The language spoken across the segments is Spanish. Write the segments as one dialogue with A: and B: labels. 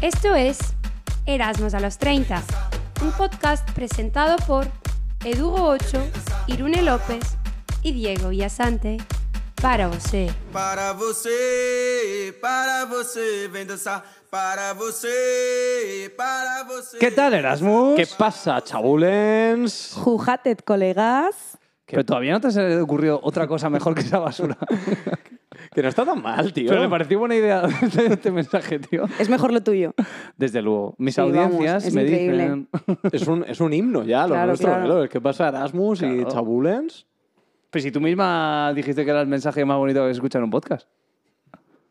A: Esto es Erasmus a los 30, un podcast presentado por Edugo Ocho, Irune López y Diego Villasante para você.
B: Para você, para você, vem dançar. Para você, para você.
C: ¿Qué tal, Erasmus?
D: ¿Qué pasa, chabulens?
E: Jujatet, colegas.
C: Pero todavía no te se ha ocurrido otra cosa mejor que esa basura.
D: Que no está tan mal, tío.
C: Pero me pareció buena idea este, este mensaje, tío.
E: Es mejor lo tuyo.
C: Desde luego. Mis
E: Sí, vamos,
C: audiencias
E: es
C: me
E: increíble.
C: dicen...
D: Es un, es un himno ya, lo
E: Claro,
D: nuestro.
E: claro.
D: ¿no? El ¿Qué pasa, Erasmus y
C: Claro.
D: chabulens?
C: Pues si tú misma dijiste que era el mensaje más bonito que escuchar en un podcast.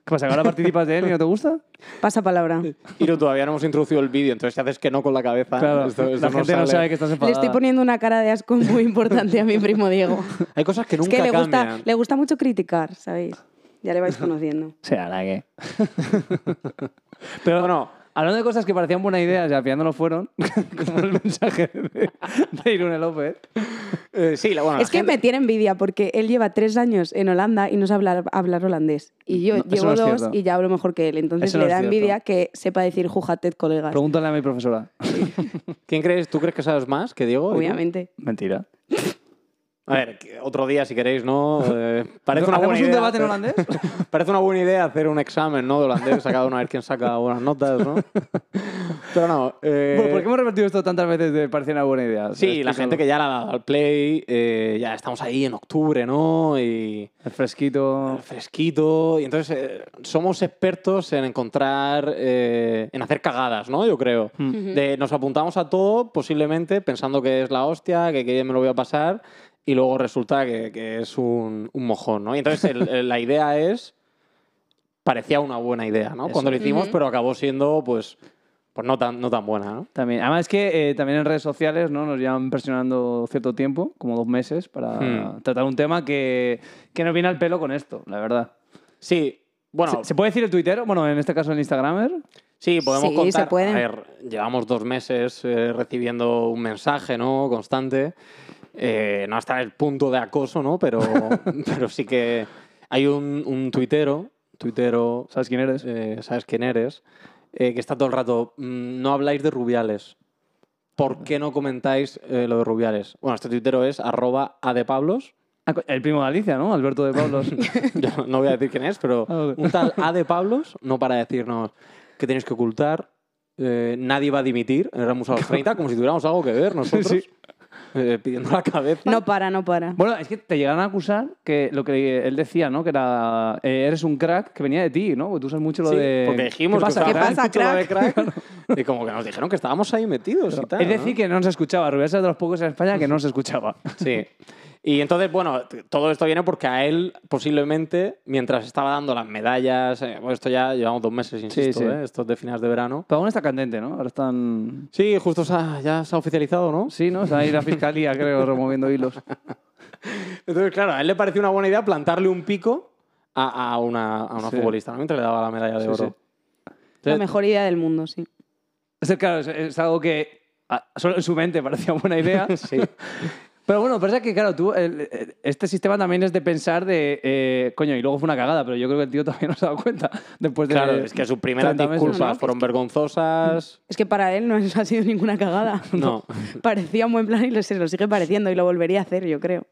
C: ¿Qué pasa? ¿Que ahora participas de él y no te gusta?
E: Pasa palabra.
D: Iro, todavía no hemos introducido el vídeo, entonces te haces que no con la
E: Ah,
D: cabeza. Esto- esto
C: la gente no
D: sale.
C: sabe que estás
E: Le
C: enfadada.
E: estoy poniendo una cara de asco muy importante a mi primo Diego.
D: Hay cosas que
E: Es
D: nunca
E: que le gusta,
D: cambian.
E: le gusta mucho criticar, ¿sabéis? Ya le vais conociendo.
C: Será la que... Pero
D: Bueno.
C: Hablando de cosas que parecían buena idea y al final no lo fueron, como el mensaje de, de Irune López.
D: Eh, sí, la, bueno,
E: Es
D: la
E: que
D: gente-
E: me tiene envidia porque él lleva tres años en Holanda y no sabe hablar, hablar holandés. Y yo
C: No, eso no
E: llevo
C: es
E: dos
C: cierto.
E: y ya hablo mejor que él. Entonces
C: Eso no
E: le
C: es
E: da
C: cierto.
E: envidia que sepa decir jujatet, colegas.
C: Pregúntale a mi profesora.
D: ¿Quién crees? ¿Tú crees que sabes más que Diego?
E: Obviamente.
C: Mentira.
D: A ver, que- otro día si queréis, ¿no? Eh, parece una
C: ¿Hacemos
D: buena
C: un
D: idea.
C: debate en holandés?
D: parece una buena idea hacer un examen, ¿no? De holandés, a cada uno a ver quién saca buenas notas, ¿no? Pero no. eh,
C: Bueno, ¿Por qué hemos repetido esto tantas veces de parecía una buena idea?
D: Sí, la gente que ya la ha dado al play, eh, ya estamos ahí en octubre, ¿no? Y
C: El fresquito.
D: fresquito. Y entonces eh, somos expertos en encontrar, eh, en hacer cagadas, ¿no? Yo creo. De, nos apuntamos a todo, posiblemente, pensando que es la hostia, que, que me lo voy a pasar, y luego resulta que, que es un, un mojón, ¿no? Y entonces el- el- la idea es, parecía una buena idea, ¿no?
C: Eso.
D: Cuando lo hicimos, pero acabó siendo, pues, pues no, tan, no tan buena, ¿no?
C: También. Además es que eh, también en redes sociales ¿no? nos llevan presionando cierto tiempo, como dos meses, para
D: Hmm.
C: tratar un tema que, que nos viene al pelo con esto, la verdad.
D: Sí. Bueno,
C: ¿Se, se puede decir el Twitter? Bueno, en este caso el Instagramer.
D: Sí, podemos
E: Sí, se
D: contar.
E: pueden.
D: A ver, llevamos dos meses eh, recibiendo un mensaje, ¿no? Constante. Eh, no hasta el punto de acoso, ¿no? Pero, pero sí que hay un, un tuitero, tuitero,
C: ¿Sabes quién eres?
D: eh, sabes quién eres, eh, que está todo el rato, "Mm, no habláis de rubiales. ¿Por qué no comentáis eh, lo de rubiales? Bueno, este tuitero es arroba adepablos.
C: Ah, co- El primo de Alicia, ¿no? Alberto de Pablos.
D: Yo no- no voy a decir quién es, pero
C: Ah, vale.
D: un tal A de Pablos no para de decirnos que tenéis que ocultar, eh, nadie va a dimitir, éramos a los 30 como si tuviéramos algo que ver nosotros,
C: Sí.
D: eh, pidiendo la cabeza.
E: No para, no para.
C: bueno, es que te llegaron a acusar que lo que él decía, ¿no? Que era, eh, eres un crack que venía de ti, ¿no? Porque tú usas mucho lo
D: Sí,
C: de...
D: porque dijimos
C: ¿Qué pasa?
D: que
E: ¿Qué
D: usábamos
E: pasa,
D: mucho lo de
E: crack?
D: crack, y como que nos dijeron que estábamos ahí metidos y tal.
C: es decir,
D: ¿no?
C: que no se escuchaba. Rubiales era de los pocos en España que no se escuchaba.
D: Sí. Y entonces, bueno, t- todo esto viene porque a él posiblemente, mientras estaba dando las medallas, eh, bueno, esto ya llevamos dos meses, insisto,
C: sí.
D: ¿eh? esto es de finales de verano.
C: Pero aún está candente, ¿no? Ahora están...
D: Sí, justo se ha- ya se ha oficializado, ¿no?
C: Sí, ¿no? Está ahí la fiscalía, creo, removiendo hilos.
D: Entonces, claro, a él le pareció una buena idea plantarle un pico a, a una, a una
C: Sí.
D: futbolista, ¿no? Mientras le daba la medalla de
C: Sí,
D: oro.
C: sí.
E: La
D: Entonces,
E: mejor idea del mundo, sí.
C: Es que, claro, es, es algo que ah, solo en su mente parecía buena idea.
D: Sí.
C: Pero bueno, pasa que, claro, tú, el- el- este sistema también es de pensar de, eh, coño, y luego fue una cagada, pero yo creo que el tío también no se ha dado cuenta después de...
D: Claro, es que sus primeras
C: 30 meses,
D: disculpas
E: No, no, es
D: fueron vergonzosas.
E: Es que para él no ha sido ninguna cagada.
D: No.
E: Parecía un buen plan y le- se lo sigue pareciendo y lo volvería a hacer, yo creo.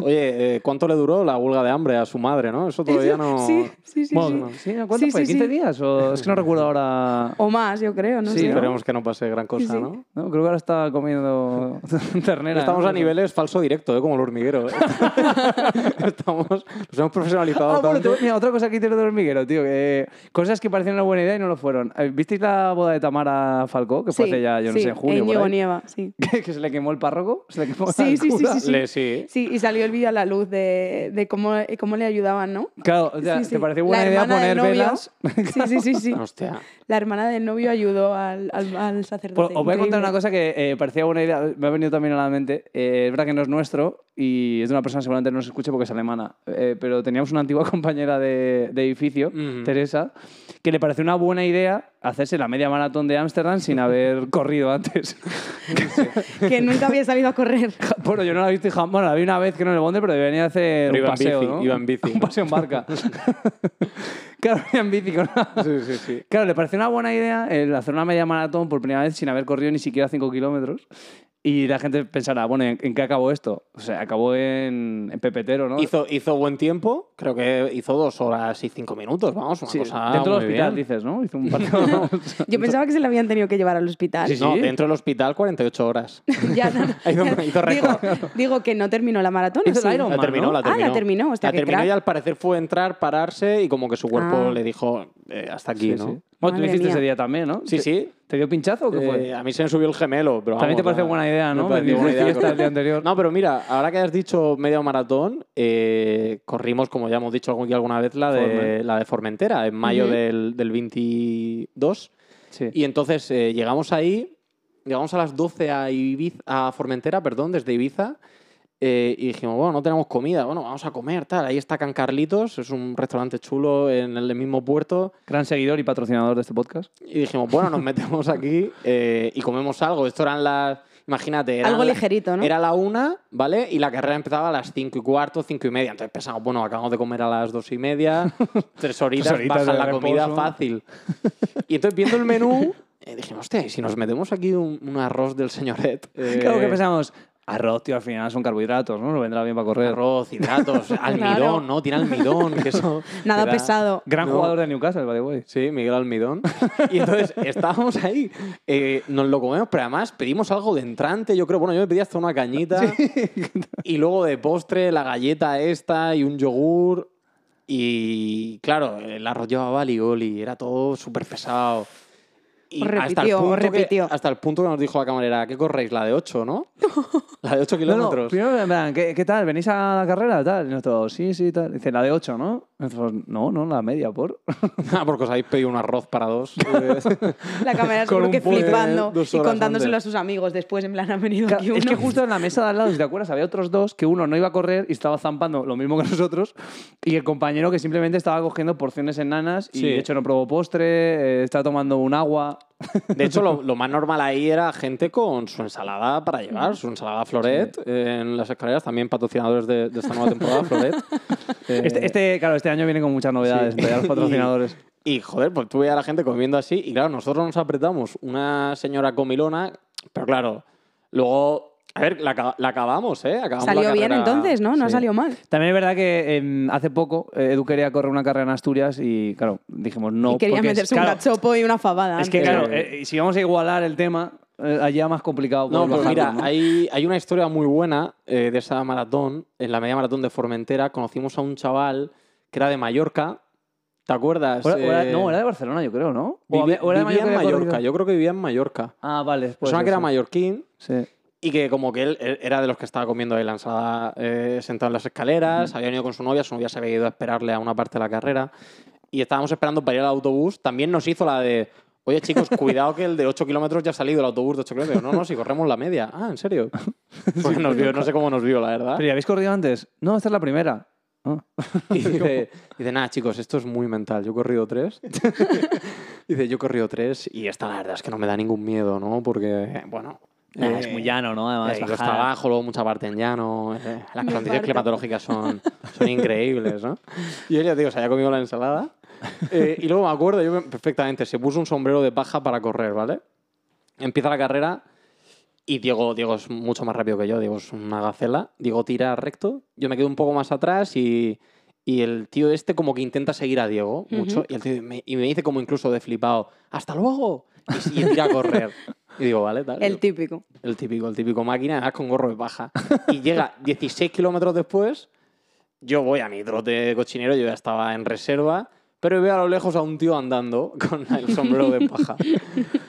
D: Oye, eh, ¿cuánto le duró la huelga de hambre a su madre, no? Eso todavía no...
E: Sí, sí, sí.
C: Pues Bueno,
E: sí.
C: sí, ¿cuánto
E: Sí,
C: fue?
E: sí,
C: ¿15
E: sí.
C: días? O, es que no recuerdo ahora...
E: O más, yo creo, no
C: Sí,
E: sé.
C: ¿no?
D: Esperemos que no pase gran cosa,
E: Sí, sí.
D: ¿no?
C: No, creo que ahora está comiendo ternera.
D: Estamos
C: ¿no?
D: a niveles falso directo, ¿eh? como el hormiguero. ¿eh? Estamos, nos hemos profesionalizado
C: Ah, bueno,
D: tanto.
C: te- mira, otra cosa que tiene del hormiguero, tío. que, eh, cosas que parecían una buena idea y no lo fueron. Eh, ¿Visteis la boda de Tamara Falcó? Que fue
E: Sí,
C: hace ya, yo no
E: sí,
C: sé, en junio.
E: en
C: por
E: Diego
C: ahí?
E: Nieva, sí.
C: que, que se le quemó el párroco. Se le quemó la
E: Sí, sí, sí,
C: cura.
E: sí, sí.
D: Le- sí.
E: Sí, y salió el vídeo a la luz de, de cómo, cómo le ayudaban, ¿no?
C: Claro, o sea,
E: Sí, sí.
C: ¿te pareció buena
E: La
C: idea
E: hermana del
C: poner
E: novio.
C: velas?
E: Sí, sí, sí, sí.
D: Hostia.
E: La hermana del novio ayudó al, al, al
C: Pues,
E: sacerdote.
C: os voy a contar
E: Increíble.
C: una cosa que eh, parecía buena idea, me ha venido también a la mente. Eh, es verdad que no es nuestro y es de una persona que seguramente no nos escuche porque es alemana. Eh, pero teníamos una antigua compañera de, de edificio,
D: Ujú.
C: Teresa, que le pareció una buena idea hacerse la media maratón de Ámsterdam sin haber corrido antes.
E: Que nunca había salido a correr.
C: bueno, yo no la he visto jamás. Bueno, la vi una vez que no en el bonde, pero venía a hacer
D: Pero
C: un
D: iba en
C: paseo.
D: bici,
C: ¿no?
D: iba en bici.
C: Un paseo en barca. Claro, venía en bici con una-
D: Sí, sí, sí.
C: Claro, le pareció una buena idea el hacer una media maratón por primera vez sin haber corrido ni siquiera 5 kilómetros. Y la gente pensará, bueno, ¿en, en qué acabó esto? O sea, acabó en, en Pepetero, ¿no?
D: Hizo, hizo buen tiempo, creo que hizo dos horas y cinco minutos, vamos, una
C: Sí,
D: cosa
C: dentro del
D: muy
C: hospital,
D: bien.
C: dices, ¿no? Hizo un partido.
E: Yo pensaba que se la habían tenido que llevar al hospital.
C: Sí, sí.
D: ¿Ah, No, dentro del hospital 48 horas.
E: Ya, no, no.
D: Hizo- hizo récord.
E: digo, digo que no terminó la maratón.
C: Hizo
E: ¿o sí?
C: el Ironman.
D: La terminó,
C: ¿no?
D: la
E: Ah,
D: terminó.
E: la terminó, hostia,
D: La
E: qué
D: terminó
E: crack.
D: y al parecer fue entrar, pararse y como que su cuerpo
E: Ah.
D: le dijo eh, hasta aquí,
C: Sí,
D: ¿no?
C: sí. Bueno, tú
E: Madre
C: lo hiciste
E: mía.
C: ese día también, ¿no?
D: Sí,
C: ¿Te-
D: sí.
C: ¿Te dio pinchazo o qué fue?
D: Eh, a mí se me subió el gemelo, pero
C: También te
D: vamos,
C: parece
D: no,
C: buena idea, ¿no?
D: me pareció
C: Me
D: buena idea.
C: dijiste el día anterior.
D: No, pero mira, ahora que has dicho medio maratón, eh, corrimos, como ya hemos dicho aquí alguna vez, la de,
C: Formen.
D: la de Formentera, en mayo del, del 22.
C: Sí.
D: Y entonces eh, llegamos ahí, llegamos a las 12 a, Ibiza- a Formentera, perdón, desde Ibiza. eh, y dijimos, bueno, no tenemos comida, bueno, vamos a comer, tal. Ahí está Can Carlitos, es un restaurante chulo en el mismo puerto.
C: Gran seguidor y patrocinador de este podcast.
D: Y dijimos, bueno, nos metemos aquí eh, y comemos algo. Esto eran las. Imagínate. eran
E: Algo
D: las-
E: ligerito, ¿no?
D: Era la una, ¿vale? Y la carrera empezaba a las cinco y cuarto, cinco y media. Entonces pensamos, bueno, acabamos de comer a las dos y media, tres horitas,
C: Tres horitas
D: bajan
C: de
D: la comida
C: reposo.
D: fácil. Y entonces viendo el menú, eh, dijimos, hostia, ¿y si nos metemos aquí un, un arroz del señoret. Eh,
C: Claro que pensamos, arroz, tío, al final son carbohidratos, ¿no? Lo vendrá bien para correr.
D: Arroz, hidratos, almidón,
E: Claro.
D: ¿no? Tiene almidón, que eso.
E: Nada
D: era-
E: pesado.
C: Gran
D: No.
C: jugador de Newcastle, by the way.
D: Sí, Miguel Almidón. Y entonces estábamos ahí, eh, nos lo comemos, pero además pedimos algo de entrante, yo creo. Bueno, yo me pedí hasta una cañita y luego de postre la galleta esta y un yogur. Y claro, el arroz llevaba alioli, era todo súper pesado. Y
E: Os repitió, os
D: punto que-
E: repitió.
D: hasta el punto que nos dijo la camarera, ¿qué corréis? La de 8, ¿no? La de 8
C: No, no,
D: kilómetros.
C: primero en plan, ¿qué, qué tal? ¿Venís a la carrera? Tal. Y nosotros, sí, sí, tal. Dice, la de 8, ¿no? Nosotros, no, no, la media, por.
D: Ah, porque os habéis pedido un arroz para dos. Eh,
E: La cámara
D: Con
E: seguro
D: un
E: que
D: postre
E: flipando
D: dos
E: y
D: horas
E: contándoselo
D: antes.
E: a sus amigos después. En plan, han venido
C: Claro,
E: aquí uno.
C: es que justo en la mesa de al lado, si te acuerdas, había otros dos que uno no iba a correr y estaba zampando lo mismo que nosotros y el compañero que simplemente estaba cogiendo porciones enanas y
D: Sí.
C: de hecho no probó postre, eh, estaba tomando un agua.
D: De hecho, lo, lo más normal ahí era gente con su ensalada para llevar, su ensalada Floret eh, en las escaleras, también patrocinadores de, de esta nueva temporada, Floret. Eh,
C: Este, este, claro, este año viene con muchas novedades,
D: sí.
C: ya los patrocinadores.
D: Y, y, joder, pues tú veías a la gente comiendo así y claro, nosotros nos apretamos una señora comilona, pero claro, luego, a ver, la, aca- la acabamos, ¿eh? Acabamos la
E: Salió bien
D: carrera.
E: entonces, ¿no? No
D: Sí.
E: salió mal.
C: También es verdad que em, hace poco eh, Edu quería correr una carrera en Asturias y, claro, dijimos no.
E: y quería
C: porque es-
E: meterse un
C: claro,
E: cachopo y una fabada.
C: Es que,
E: antes.
C: claro, eh, si vamos a igualar el tema, eh, allá más complicado.
D: No,
C: poder
D: pero
C: bajarlo,
D: mira,
C: ¿no?
D: Hay, hay una historia muy buena eh, de esa maratón. En la media maratón de Formentera conocimos a un chaval que era de Mallorca. ¿Te acuerdas?
C: O era- o era-
D: Eh,
C: no, era de Barcelona, yo creo, ¿no? O
D: vivi-
C: había- o era de
D: vivía en
C: que había
D: Mallorca.
C: corrido.
D: Yo creo que vivía en Mallorca.
C: Ah, vale. puede
D: Persona
C: ser,
D: que era
C: sí.
D: mallorquín
C: Sí.
D: y que como que él él era de los que estaba comiendo ahí la ensalada eh, sentado en las escaleras, había venido con su novia, su novia se había ido a esperarle a una parte de la carrera y estábamos esperando para ir al autobús. También nos hizo la de, oye chicos, cuidado que el de 8 kilómetros ya ha salido el autobús de 8 kilómetros. No, no, si corremos la media. Ah, ¿en serio? Pues nos vio, no sé cómo nos vio, la verdad.
C: Pero ¿y habéis corrido antes? No, esta es la primera. Ah.
D: Y dice, dice, nada, chicos, esto es muy mental. Yo he corrido tres. dice, yo he corrido tres y esta la verdad es que no me da ningún miedo, ¿no? Porque, bueno... eh,
C: llano, ¿no?
D: eh, y cuesta abajo, luego mucha parte en llano. eh, las
E: Me
D: condiciones
E: parto.
D: climatológicas son, son increíbles, ¿no? Y ella, digo, se había comido la ensalada. eh, y luego me acuerdo, yo me- perfectamente, se puso un sombrero de paja para correr, ¿vale? Empieza la carrera y Diego, Diego es mucho más rápido que yo, Diego es una gacela. Diego tira recto, yo me quedo un poco más atrás y, y el tío este como que intenta seguir a Diego mucho. Y, el tío me, y me dice como incluso de flipado, ¡hasta luego! Y, y tira a correr. Y digo, vale, tal.
E: El típico.
D: El típico, el típico máquina, además con gorro de paja. Y llega 16 kilómetros después, yo voy a mi trote cochinero, yo ya estaba en reserva, pero veo a lo lejos a un tío andando con el sombrero de paja.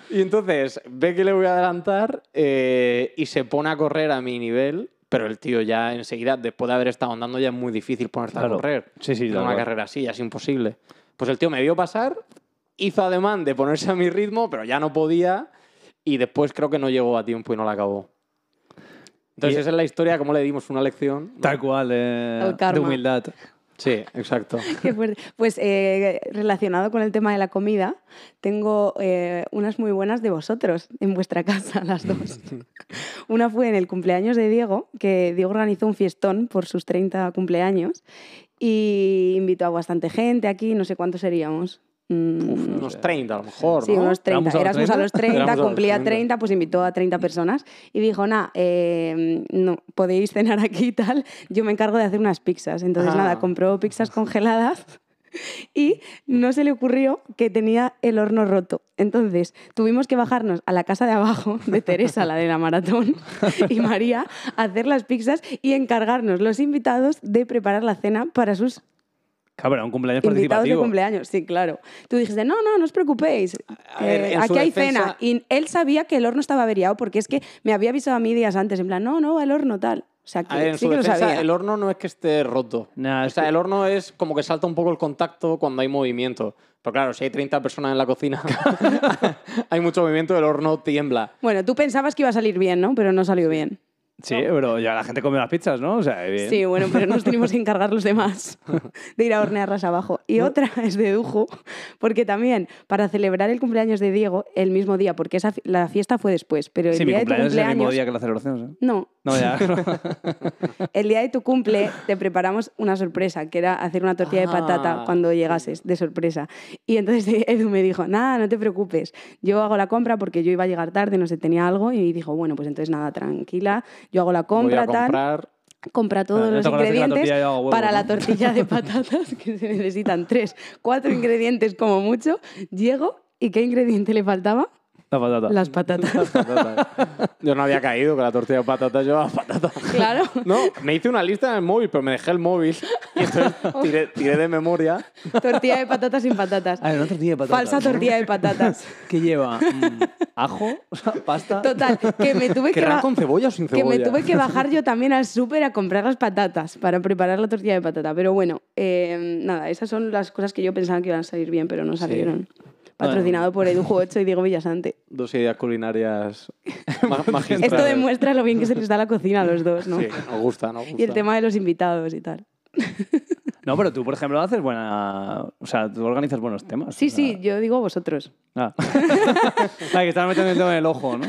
D: Y entonces ve que le voy a adelantar eh, y se pone a correr a mi nivel, pero el tío ya enseguida, después de haber estado andando, ya es muy difícil ponerse
C: Claro.
D: a correr.
C: Sí, sí,
D: En
C: tal
D: una
C: cual.
D: carrera así, ya es imposible. Pues el tío me vio pasar, hizo ademán de ponerse a mi ritmo, pero ya no podía y después creo que no llegó a tiempo y no la acabó. Entonces,
C: Y-
D: esa es la historia, cómo le dimos una lección.
C: Tal cual, eh,
E: El karma.
C: de humildad.
D: Sí, exacto.
E: Qué fuerte. Pues eh, relacionado con el tema de la comida, tengo eh, unas muy buenas de vosotros, en vuestra casa, las dos. Una fue en el cumpleaños de Diego, que Diego organizó un fiestón por sus 30 cumpleaños. Y invitó a bastante gente aquí, no sé cuántos seríamos. Mm,
C: Uf,
D: Unos 30 a lo mejor,
E: Sí,
D: ¿no?
E: unos 30.
C: ¿Éramos a los
E: Erasmus a los
D: 30?
E: 30,
D: Éramos a los
E: cumplía
D: 30.
E: 30. pues invitó a 30 personas y dijo, nada, no, podéis cenar aquí y tal, yo me encargo de hacer unas pizzas. Entonces,
D: Ah.
E: nada, compró pizzas congeladas y no se le ocurrió que tenía el horno roto. Entonces, tuvimos que bajarnos a la casa de abajo de Teresa, la de la maratón, y María, a hacer las pizzas y encargarnos los invitados de preparar la cena para sus
C: Cabrón, un cumpleaños
E: Invitados de
C: participativo.
E: cumpleaños, sí, claro. Tú dijiste, no, no, no os preocupéis.
D: A ver,
E: eh,
D: en su
E: aquí hay
D: defensa-
E: cena. Y él sabía que el horno estaba averiado porque es que me había avisado a mí días antes, en plan, no, no, va el horno tal. O sea, que
D: A ver, en
E: sí
D: su
E: que lo
D: defensa,
E: sabía.
D: el horno no es que esté roto.
C: Nah,
D: o
C: es
D: sea,
C: que-
D: el horno es como que salta un poco el contacto cuando hay movimiento. Pero claro, si hay 30 personas en la cocina, hay mucho movimiento, el horno tiembla.
E: Bueno, tú pensabas que iba a salir bien, ¿no? Pero no salió bien.
C: Sí, pero ya la gente come las pizzas, ¿no? O sea, eh, bien.
E: Sí, bueno, pero nos tenemos que encargar los demás de ir a hornearlas abajo. Y otra es de Dujo, porque también para celebrar el cumpleaños de Diego el mismo día, porque esa, fi- la fiesta fue después, pero el
C: Sí, mi
E: día de tu
C: cumpleaños es el mismo
E: cumpleaños...
C: día que la celebración. ¿eh?
E: No,
C: No, ya.
E: El día de tu cumple te preparamos una sorpresa, que era hacer una tortilla de
D: Ah.
E: patata cuando llegases, de sorpresa. Y entonces Edu me dijo, nada, no te preocupes, yo hago la compra porque yo iba a llegar tarde, no sé, tenía algo, y dijo, bueno, pues entonces nada, tranquila, yo hago la compra,
D: Voy a
E: tal,
D: comprar...
E: compra todos
C: Ah, no
E: los
C: te conoces la
E: ingredientes
C: tortilla, yo hago huevo,
E: para
C: ¿no?
E: la tortilla de patatas, que se necesitan tres, cuatro ingredientes como mucho, llego, ¿y qué ingrediente le faltaba?
C: La patata.
E: Las patatas.
D: Yo no había caído con la tortilla de patata, llevaba patata.
E: Claro.
D: No, me hice una lista en el móvil, pero me dejé el móvil. Y entonces tiré, tiré de memoria.
E: tortilla de patatas sin patatas.
C: Ah, una tortilla de patatas.
E: Falsa tortilla de patatas.
C: ¿Qué lleva? Mm, ¿Ajo? O sea, ¿Pasta?
E: Total, que me tuve que,
D: ¿Querrán
E: ba-
D: con cebolla o sin
E: que
D: cebolla?
E: me tuve que bajar yo también al súper a comprar las patatas para preparar la tortilla de patata. Pero bueno, eh, nada, esas son las cosas que yo pensaba que iban a salir bien, pero no salieron. Patrocinado por Edujo 8 y Diego Villasante.
D: Dos ideas culinarias ma- magistrales.
E: Esto demuestra lo bien que se les da la cocina a los dos, ¿no?
D: Sí, nos gusta, nos gusta.
E: Y el tema de los invitados y tal.
C: No, pero tú, por ejemplo, haces buena... O sea, tú organizas buenos temas.
E: Sí,
C: o sea,
E: sí, yo digo vosotros.
C: Ah. La que estás metiendo el dedo en el ojo, ¿no?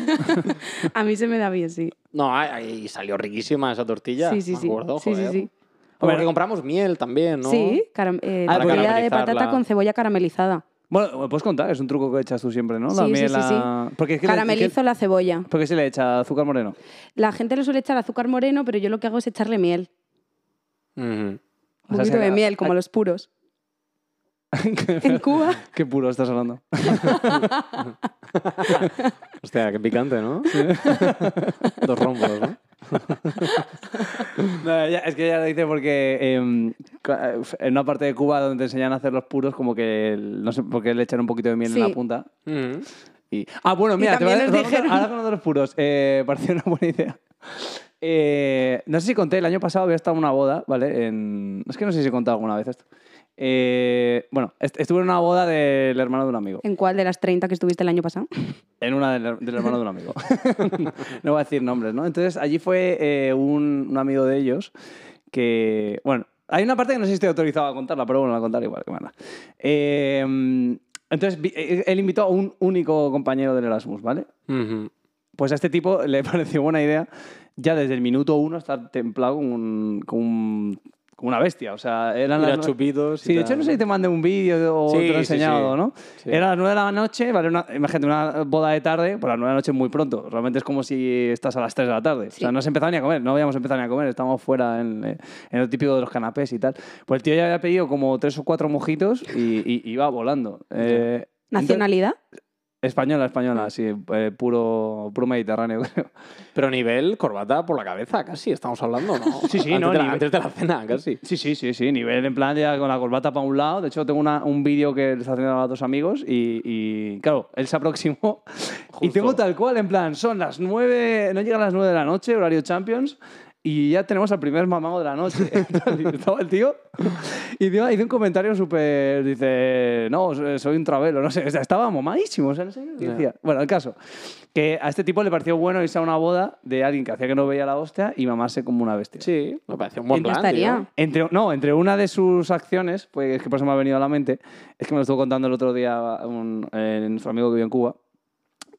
E: A mí se me da bien, sí.
D: No, ahí salió riquísima esa tortilla.
E: Sí, sí,
D: me
E: sí.
D: acuerdo,
E: Sí, sí,
D: joder.
E: sí.
D: Porque
C: Hombre.
D: compramos miel también, ¿no?
E: Sí, caram- eh,
D: Para
E: tortilla de
D: caramelizarla.
E: patata con cebolla caramelizada.
C: Bueno, puedes contar, es un truco que echas tú siempre, ¿no?
E: sí, sí,
C: miel
E: sí,
C: a-
E: sí.
C: Porque es que le-
E: Caramelizo
C: que-
E: la cebolla.
C: ¿Por qué se le echa azúcar moreno?
E: La gente le suele echar azúcar moreno, pero yo lo que hago es echarle miel.
D: Ujú.
C: O
E: Un
C: sea,
E: poquito
C: se-
E: de miel, como los puros. En Cuba.
C: Qué puro estás hablando.
D: Hostia, qué picante, ¿no? Dos rombos, ¿no?
C: No, ya- es que ya lo dice porque em, cua- en una parte de Cuba donde te enseñan a hacer los puros, como que el- no sé por qué le echan un poquito de miel en
E: Sí.
C: la punta.
D: Ujú.
C: Y- ah, bueno, mira, te voy a
E: también les
C: ahora con-
E: dijeron-
C: ahora con lo de los puros. Eh, pareció una buena idea. Eh, no sé si conté, el año pasado había estado en una boda, ¿vale? En- es que no sé si he contado alguna vez esto. Eh, bueno, est- estuve en una boda del hermano de un amigo.
E: ¿En cuál de las 30 que estuviste el año pasado?
C: En una del, del hermano de un amigo. no voy a decir nombres, ¿no? Entonces, allí fue eh, un, un amigo de ellos que. Bueno, hay una parte que no sé si estoy autorizado a contarla, pero bueno, la contaré igual, que mala. Eh, entonces, vi- eh, él invitó a un único compañero del Erasmus, ¿vale?
D: Ujú.
C: Pues a este tipo le pareció buena idea ya desde el minuto uno estar templado con, un- con un- con una bestia. O sea, eran
D: Ir a
C: nue-
D: chupitos y
C: Sí, de hecho
D: tal,
C: no sé
D: ¿no?
C: si te mandé un vídeo o
D: Sí,
C: te lo he
D: sí,
C: enseñado,
D: sí.
C: ¿no?
D: Sí.
C: Era las 9 de la noche, vale, una, imagínate una boda de tarde, por las 9 de la noche es muy pronto. Realmente es como si estás a las 3 de la tarde. O sea, no se empezaba ni a comer, no habíamos empezado ni a comer, estábamos fuera en, eh, en lo típico de los canapés y tal. Pues el tío ya había pedido como tres o cuatro mojitos y, y- iba volando. Eh, entonces-
E: ¿Nacionalidad?
C: Española, española, sí, eh, puro, puro mediterráneo, creo.
D: Pero nivel corbata por la cabeza, casi, estamos hablando, ¿no?
C: Sí, sí,
D: antes
C: no,
D: De la,
C: nivel-
D: antes de la cena, casi.
C: Sí, sí, sí, sí, nivel en plan ya con la corbata para un lado. De hecho, tengo una- un vídeo que les está haciendo a dos amigos y, y, claro, él se aproximó. Y
D: Justo.
C: tengo tal cual, en plan, son las nueve, no llegan las nueve de la noche, horario Champions, y ya tenemos al primer mamado de la noche. Y Estaba el tío y dio- hizo un comentario súper, dice, no, soy un travelo, no sé, o sea, estaba mamadísimo, o sea, no sé qué
D: Ya.
C: decía. Bueno, el caso, que a este tipo le pareció bueno irse a una boda de alguien que hacía que no veía la hostia y mamarse como una bestia.
D: Sí, me parece un buen
E: Ya
D: plan.
E: estaría.
D: tío.
C: Entre, no, entre una de sus acciones, pues es que por eso me ha venido a la mente, es que me lo estuvo contando el otro día un- eh, nuestro amigo que vive en Cuba,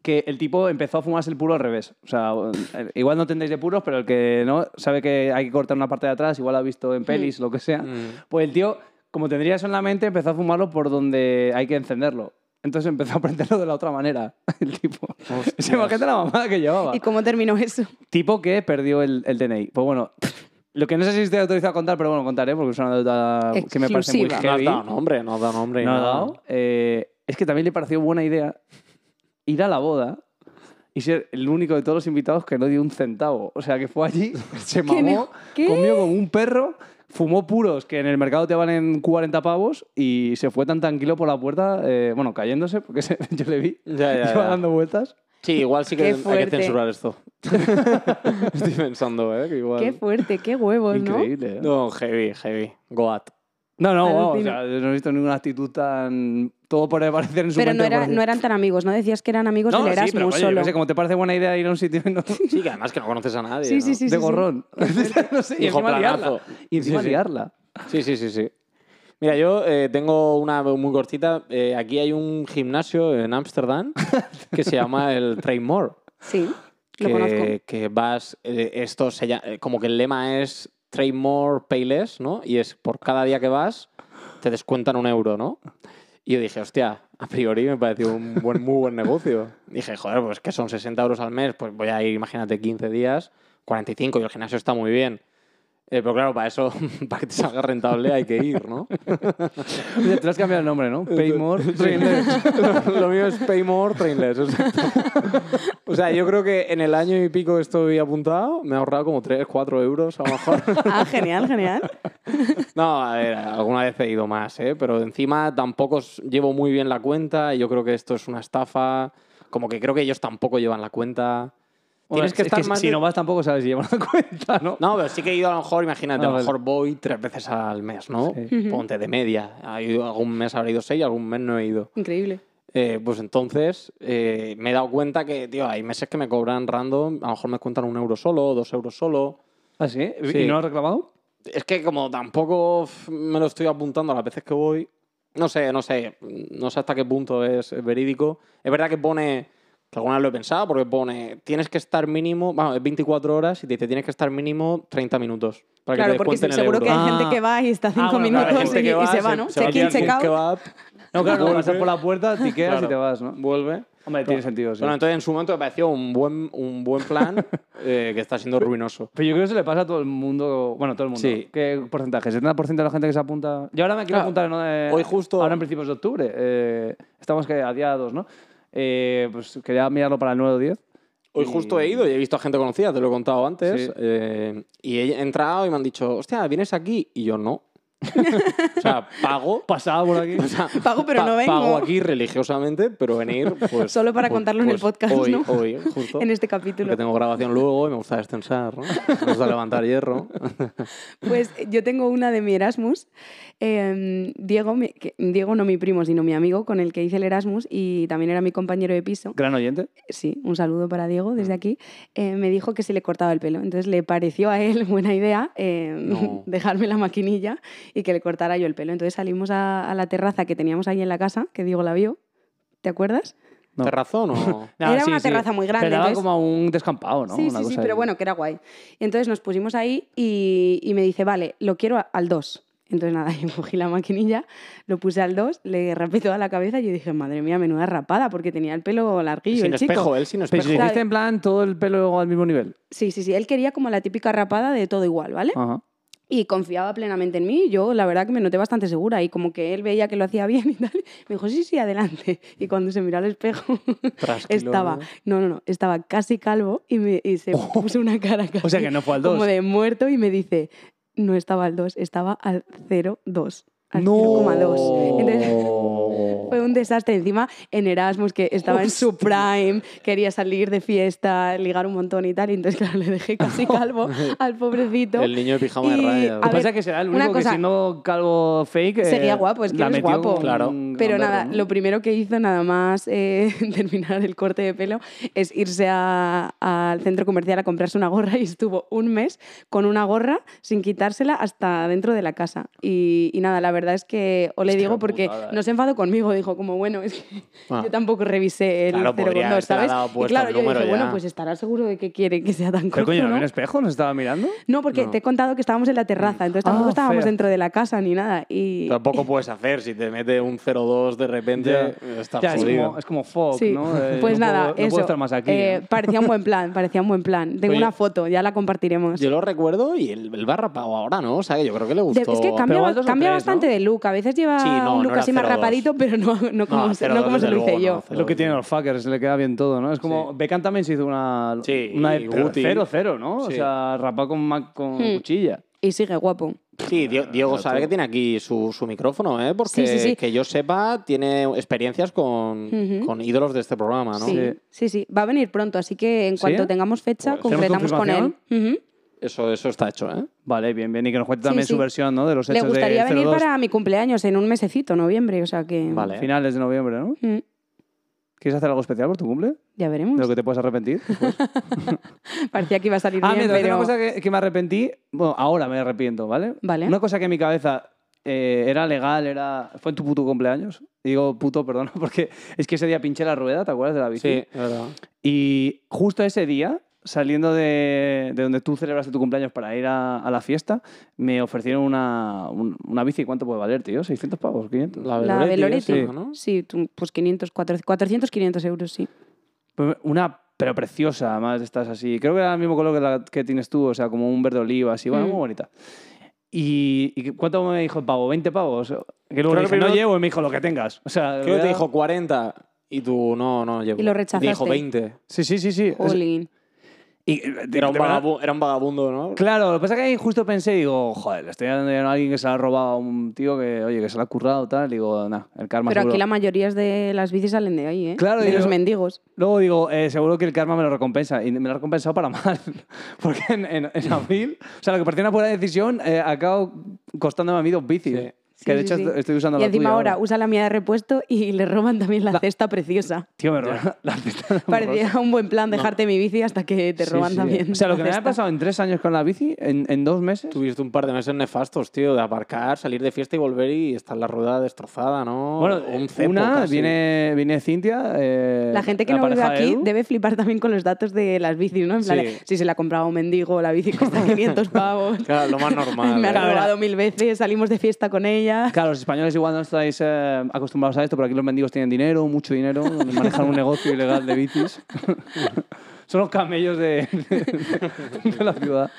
C: que el tipo empezó a fumarse el puro al revés. O sea, el- igual no tendréis de puros, pero el que no sabe que hay que cortar una parte de atrás, igual ha visto en pelis, lo que sea. Pues el tío, como tendría eso en la mente, empezó a fumarlo por donde hay que encenderlo. Entonces empezó a aprenderlo de la otra manera, el tipo. Se imagina la mamada que llevaba.
E: ¿Y cómo terminó eso?
C: Tipo que perdió el, el DNI. Pues bueno, lo que no sé si estoy autorizado a contar, pero bueno, contaré porque es una anécdota que me parece muy
E: Exclusiva.
D: No has
C: heavy.
D: dado nombre, no has dado nombre.
C: No ha
D: nada.
C: dado. Eh, es que también le pareció buena idea ir a la boda y ser el único de todos los invitados que no dio un centavo. O sea, que fue allí, se
E: ¿Qué no?
C: mamó,
E: ¿Qué?
C: comió como un perro, fumó puros que en el mercado te valen 40 pavos y se fue tan tranquilo por la puerta, eh, bueno, cayéndose, porque se- yo le vi,
D: Ya, ya,
C: iba
D: ya.
C: dando vueltas.
D: Sí, igual sí
E: Qué
D: que hay que
E: fuerte.
D: censurar esto. Estoy pensando, ¿eh? Que igual...
E: Qué fuerte, qué huevos, Pues ¿no?
C: Increíble. ¿eh?
D: No, heavy, heavy. Goat.
C: No, no, vamos, o
E: Alucina.
C: sea, yo no he visto ninguna actitud tan... Todo por parecer en su
E: Pero
C: mente
E: no, era-
C: parecer-
E: no eran tan amigos, ¿no? Decías que eran amigos
C: No,
E: del
C: sí,
E: Erasmus
C: pero, coño, yo qué
E: solo.
C: sé, como te parece buena idea ir a un sitio y no...
D: Sí, que además que no conoces a nadie.
E: Sí,
D: ¿no?
E: sí, sí.
C: de gorrón. no sé, y
D: Hijo
C: encima
D: planazo.
C: liarla. Y encima
D: Sí, sí.
C: liarla.
D: Sí, sí, sí, sí. Mira, yo eh, tengo una muy cortita. Eh, aquí hay un gimnasio en Ámsterdam que se llama el Trainmore.
E: Sí, lo
D: que,
E: conozco.
D: que vas, eh, esto se llama- eh, como que el lema es trade more, pay less, ¿no? Y es por cada día que vas, te descuentan un euro, ¿no? Y yo dije, hostia, a priori me pareció un buen, muy buen negocio. Dije, joder, pues que son 60 euros al mes, pues voy a ir, imagínate, 15 días, 45, y el gimnasio está muy bien. Eh, pero claro, para eso, para que te salga rentable hay que ir, ¿no?
C: Oye, te lo has cambiado el nombre, ¿no? Paymore, Trainless.
D: lo mío es pay more, trainless. exacto. O sea, yo creo que en el año y pico que estoy apuntado, me he ahorrado como 3, 4 euros a lo mejor.
E: Ah, genial, genial.
D: No, a ver, alguna vez he ido más, ¿eh? Pero encima tampoco s- llevo muy bien la cuenta y yo creo que esto es una estafa. Como que creo que ellos tampoco llevan la cuenta.
C: Bueno,
D: Tienes que
C: es
D: estar más...
C: Si
D: de-
C: no vas tampoco sabes si llevan la cuenta, ¿no?
D: No, pero sí que he ido a lo mejor, imagínate,
C: Ah,
D: a lo
C: vale.
D: mejor voy tres veces al mes, ¿no? Ponte de media. Ha ido- algún mes habré ido seis, algún mes no he ido.
E: Increíble.
D: Eh, pues entonces eh, me he dado cuenta que, tío, hay meses que me cobran random, a lo mejor me cuentan un euro solo, dos euros solo.
C: ¿Ah, sí? ¿Y
D: Sí.
C: no lo has reclamado?
D: Es que como tampoco f- me lo estoy apuntando a las veces que voy, no sé, no sé, no sé hasta qué punto es verídico. Es verdad que pone, que alguna vez lo he pensado, porque pone, tienes que estar mínimo, vamos, es 24 horas y te dice, tienes que estar mínimo 30 minutos para que
E: claro,
D: te
E: porque
D: descuenten
E: sí,
D: el
E: seguro
D: euro.
E: que hay
C: Ah.
E: gente que va y está cinco
C: bueno, claro, hay
E: minutos
C: gente
E: y,
D: que
E: y
D: va,
E: se va, ¿no?
D: se va
E: Check-in,
D: a tirar un
E: check-out.
D: kebab,
C: No, claro,
D: vuelve,
C: pasas por la puerta, tiqueas
D: Claro.
C: y te vas, ¿no?
D: Vuelve.
C: Hombre, tiene sentido, sí.
D: Bueno, entonces en su momento me pareció un buen, un buen plan eh, que está siendo ruinoso.
C: Pero yo creo que se le pasa a todo el mundo, bueno, todo el mundo.
D: Sí.
C: ¿Qué porcentaje? ¿70% de la gente que se apunta? Yo ahora me quiero
D: Ah,
C: apuntar, ¿no? Eh,
D: hoy justo-
C: Ahora en principios de octubre. eh, estamos que a día 2, ¿no? Eh, pues quería mirarlo para el 9 o 10.
D: Hoy justo he ido y he visto a gente conocida, te lo he contado antes.
C: Sí.
D: eh, y he entrado y me han dicho, hostia, ¿vienes aquí? Y yo no. o sea, pago.
C: Pasaba por aquí.
D: o sea,
E: Pago, pero no vengo.
D: Pago aquí religiosamente, pero venir, pues.
E: Solo para
D: pues-
E: contarlo en el
D: pues
E: podcast,
D: hoy,
E: ¿no?
D: Hoy, justo.
E: En este
D: Porque
E: capítulo.
D: tengo grabación luego y me gusta descensar, ¿no? Me gusta levantar hierro.
E: Pues yo tengo una de mi Erasmus. Eh, Diego, mi- que- Diego, no mi primo, sino mi amigo con el que hice el Erasmus y también era mi compañero de piso.
C: Gran oyente.
E: sí, un saludo para Diego desde aquí, eh, me dijo que se le cortaba el pelo. Entonces le pareció a él buena idea eh,
D: No.
E: dejarme la maquinilla y que le cortara yo el pelo. Entonces salimos a, a la terraza que teníamos ahí en la casa, que Diego la vio, ¿te acuerdas?
C: No.
D: ¿Terrazón o.?
E: Era una terraza muy grande,
C: Ah, Pero daba
E: entonces-
C: como a un descampado, ¿no?
E: sí,
C: Una
E: sí, sí,
C: cosa
E: pero
C: ahí.
E: bueno, que era guay. Entonces nos pusimos ahí y, y me dice, vale, lo quiero a- al 2. Entonces nada, yo cogí la maquinilla, lo puse al 2, le rapé toda la cabeza y yo dije, madre mía, menuda rapada, porque tenía el pelo larguillo
D: Sin
E: el chico.
D: espejo, él sin
C: Pero
D: espejo.
C: si
E: pues Claro.
C: hiciste en plan todo el pelo al mismo nivel.
E: Sí, sí, sí, él quería como la típica rapada de todo igual, ¿vale?
C: Ajá.
E: y confiaba plenamente en mí. Yo, la verdad, que me noté bastante segura y como que él veía que lo hacía bien y tal. Me dijo, sí, sí, adelante. Y cuando se miró al espejo,
D: Trasquilo,
E: estaba,
C: ¿eh?
E: no, no, no, estaba casi calvo y, me, y se puso una cara casi
C: O sea que no fue al
E: como
C: dos.
E: de muerto y me dice, no estaba al 2, estaba al 0,2. Al
C: No.
E: 0,2. Entonces, fue un desastre. Encima, en Erasmus, que estaba en su prime, quería salir de fiesta, ligar un montón y tal. Y entonces, claro, le dejé casi calvo al pobrecito.
D: El niño de pijama de
E: Y,
D: rayas.
E: a
D: Lo que
C: Lo
E: ver,
C: que pasa es que será el
E: una
C: único que
E: cosa,
C: siendo calvo fake. eh,
E: Seguía guapo, es que
C: la
E: eres
C: metió
E: guapo. Mm,
C: con-
D: Claro.
C: con
E: Pero
C: mandarlo,
E: nada,
C: ¿no?
E: lo primero que hizo nada más eh, terminar el corte de pelo es irse a- al centro comercial a comprarse una gorra y estuvo un mes con una gorra sin quitársela hasta dentro de la casa. Y, y nada, la verdad es que o le
C: Hostia,
E: digo porque
C: putada, eh.
E: no se enfadó conmigo, dijo como bueno, es que
D: Ah.
E: yo tampoco revisé el
D: Claro, podría
E: 0,2,
D: habérsela
E: ¿sabes?
D: dado
E: Y
D: puesto
E: claro,
D: el
E: yo
D: número
E: dije, bueno,
D: ya.
E: pues estará seguro de que quiere que sea tan
C: ¿Qué
E: corto,
C: coño? ¿No
E: ¿no?
C: había un espejo? ¿Nos estaba mirando?
E: No, porque te he contado que estábamos en la terraza, entonces
C: Ah,
E: tampoco estábamos
C: feo.
E: dentro de la casa ni nada. Y,
D: Tampoco puedes hacer si te mete un 0-2 de repente. Está
C: Ya, es
D: jodido.
C: como, es como fuck,
E: Sí.
C: ¿no? Eh,
E: pues
C: no
E: nada,
C: puedo, no
E: eso.
C: puedo estar más aquí.
E: Eh,
C: ¿no?
E: Parecía un buen plan, parecía un buen plan. Tengo
D: Oye,
E: una foto, ya la compartiremos.
D: Yo lo recuerdo y el, el barra pavo ahora, ¿no? O sea, que yo creo que le
E: De-
D: gustó.
E: es que cambia,
C: igual dos o
E: cambia
C: tres,
E: bastante
C: ¿no?
E: de look. A veces lleva
D: Sí, no,
E: un
D: no
E: look
D: era
E: así más
D: 02.
E: rapadito, pero no, no como, se,
D: 02
E: no como se
D: desde
E: lo hice
D: luego,
E: yo.
D: no,
C: Es lo que tienen los fuckers, le queda bien todo, ¿no? Es como.
D: Sí.
C: Beckham también se hizo una.
D: Sí,
C: Una de
D: y Guti.
C: 0-0, ¿no? O
D: Sí.
C: sea, rapado con, ma- con
E: Hmm.
C: cuchilla.
E: Y sigue guapo.
D: Sí, Dio- Diego sabe
C: todo.
D: que tiene aquí su, su micrófono, ¿eh? Porque
E: Sí, sí, sí.
D: que yo sepa, tiene experiencias con,
E: Ujú.
D: con ídolos de este programa, ¿no?
E: Sí,
C: Ah, Sí.
E: sí, sí. Va a venir pronto, así que en
C: ¿Sí?
E: cuanto tengamos fecha,
C: Pues, ¿tenemos
E: concretamos con él. Ujú.
D: Eso, eso está hecho, ¿eh?
C: Vale, bien, bien. Y que nos cuente
E: Sí,
C: también
E: sí.
C: su versión, ¿no? De los
E: Le
C: Pues hechos
E: gustaría
C: de
E: venir
C: 02,
E: para mi cumpleaños en un mesecito, noviembre, o sea que.
D: Vale.
C: finales de noviembre, ¿no?
E: Mm,
C: ¿Quieres hacer algo especial por tu cumple?
E: Ya
C: ¿De lo
E: veremos.
C: que te puedes arrepentir?
E: Parecía que iba a salir
C: Ah,
E: bien,
C: mira,
E: pero-
C: una cosa que, que me arrepentí. Bueno, ahora me arrepiento, ¿vale?
E: Vale.
C: Una cosa que en mi cabeza eh, era legal, era. Fue en tu puto cumpleaños. Digo puto, perdona, porque es que ese día pinché la rueda, ¿te acuerdas de la bici?
D: Sí, es verdad.
C: Y justo ese día, saliendo de, de donde tú celebraste tu cumpleaños para ir a, a la fiesta, me ofrecieron una, un- una bici. ¿Cuánto puede valer, tío? ¿600 pavos? ¿500?
E: La
D: Veloretti,
E: Veloretti.
D: esa, ¿no?
E: Sí, tú- pues 500, 400, 400, 500 euros, sí.
C: Pues Una, pero preciosa, además, de estas así. Creo que era el mismo color que la que tienes tú, o sea, como un verde oliva, así, bueno,
E: Mm.
C: muy bonita. Y, ¿y cuánto me dijo el pavo? ¿20 pavos? Que
D: Creo
C: luego le
D: que
C: dije, no
D: primero-
C: llevo, y me dijo, lo que tengas. O sea,
D: Creo que
C: era-
D: te dijo 40 y tú no, no, llevo.
E: Y lo rechazaste.
D: Te dijo 20.
C: Sí, sí, sí, sí.
E: Jolín.
C: Y, de- de
D: Era un,
C: verdad-
D: vagabu- era un vagabundo, ¿no?
C: Claro, lo que pasa es que ahí justo pensé, digo, joder, le estoy dando dinero a alguien que se la ha robado a un tío que, oye, que se la ha currado tal. Digo, nah, el karma
E: Pero
C: seguro.
E: aquí la mayoría es de las bicis salen de ahí, ¿eh?
C: Claro,
E: de
C: yo-
E: los mendigos.
C: Luego digo, eh, seguro que el karma me lo recompensa. Y me lo ha recompensado para mal. Porque en, en- en abril, o sea, lo que parecía una buena decisión, eh, acabo costándome a mí dos bicis.
D: Sí.
C: Que de
E: Sí,
C: hecho
E: sí, sí.
C: estoy usando
E: Y
C: la
E: encima
C: tuya
E: ahora usa la mía de repuesto y le roban también la, cesta preciosa.
C: Tío, me roba la cesta.
E: Parecía un buen plan dejarte mi bici hasta que te
C: Sí,
E: roban
C: sí.
E: también.
C: O sea, lo
E: la
C: que me había
E: cesta.
C: pasado en tres años con la bici, en, en dos meses.
D: Tuviste un par de meses nefastos, tío, de aparcar, salir de fiesta y volver y estar la rueda destrozada, ¿no?
C: Bueno,
D: O un cepo
C: una,
D: casi.
C: viene, viene Cintia. eh,
E: La gente que
C: la
E: no vive
C: pareja de
E: aquí
C: Edu.
E: debe flipar también con los datos de las bicis, ¿no? En plan,
D: Sí.
E: de, si se la compraba un mendigo, la bici cuesta 500 pavos.
D: Claro, lo más normal.
E: me
D: ¿eh?
E: ha robado mil veces, salimos de fiesta con ella.
C: Claro, los españoles igual no estáis eh, acostumbrados a esto, pero aquí los mendigos tienen dinero, mucho dinero, manejan un negocio ilegal de bicis. Son los camellos de, de- de la ciudad.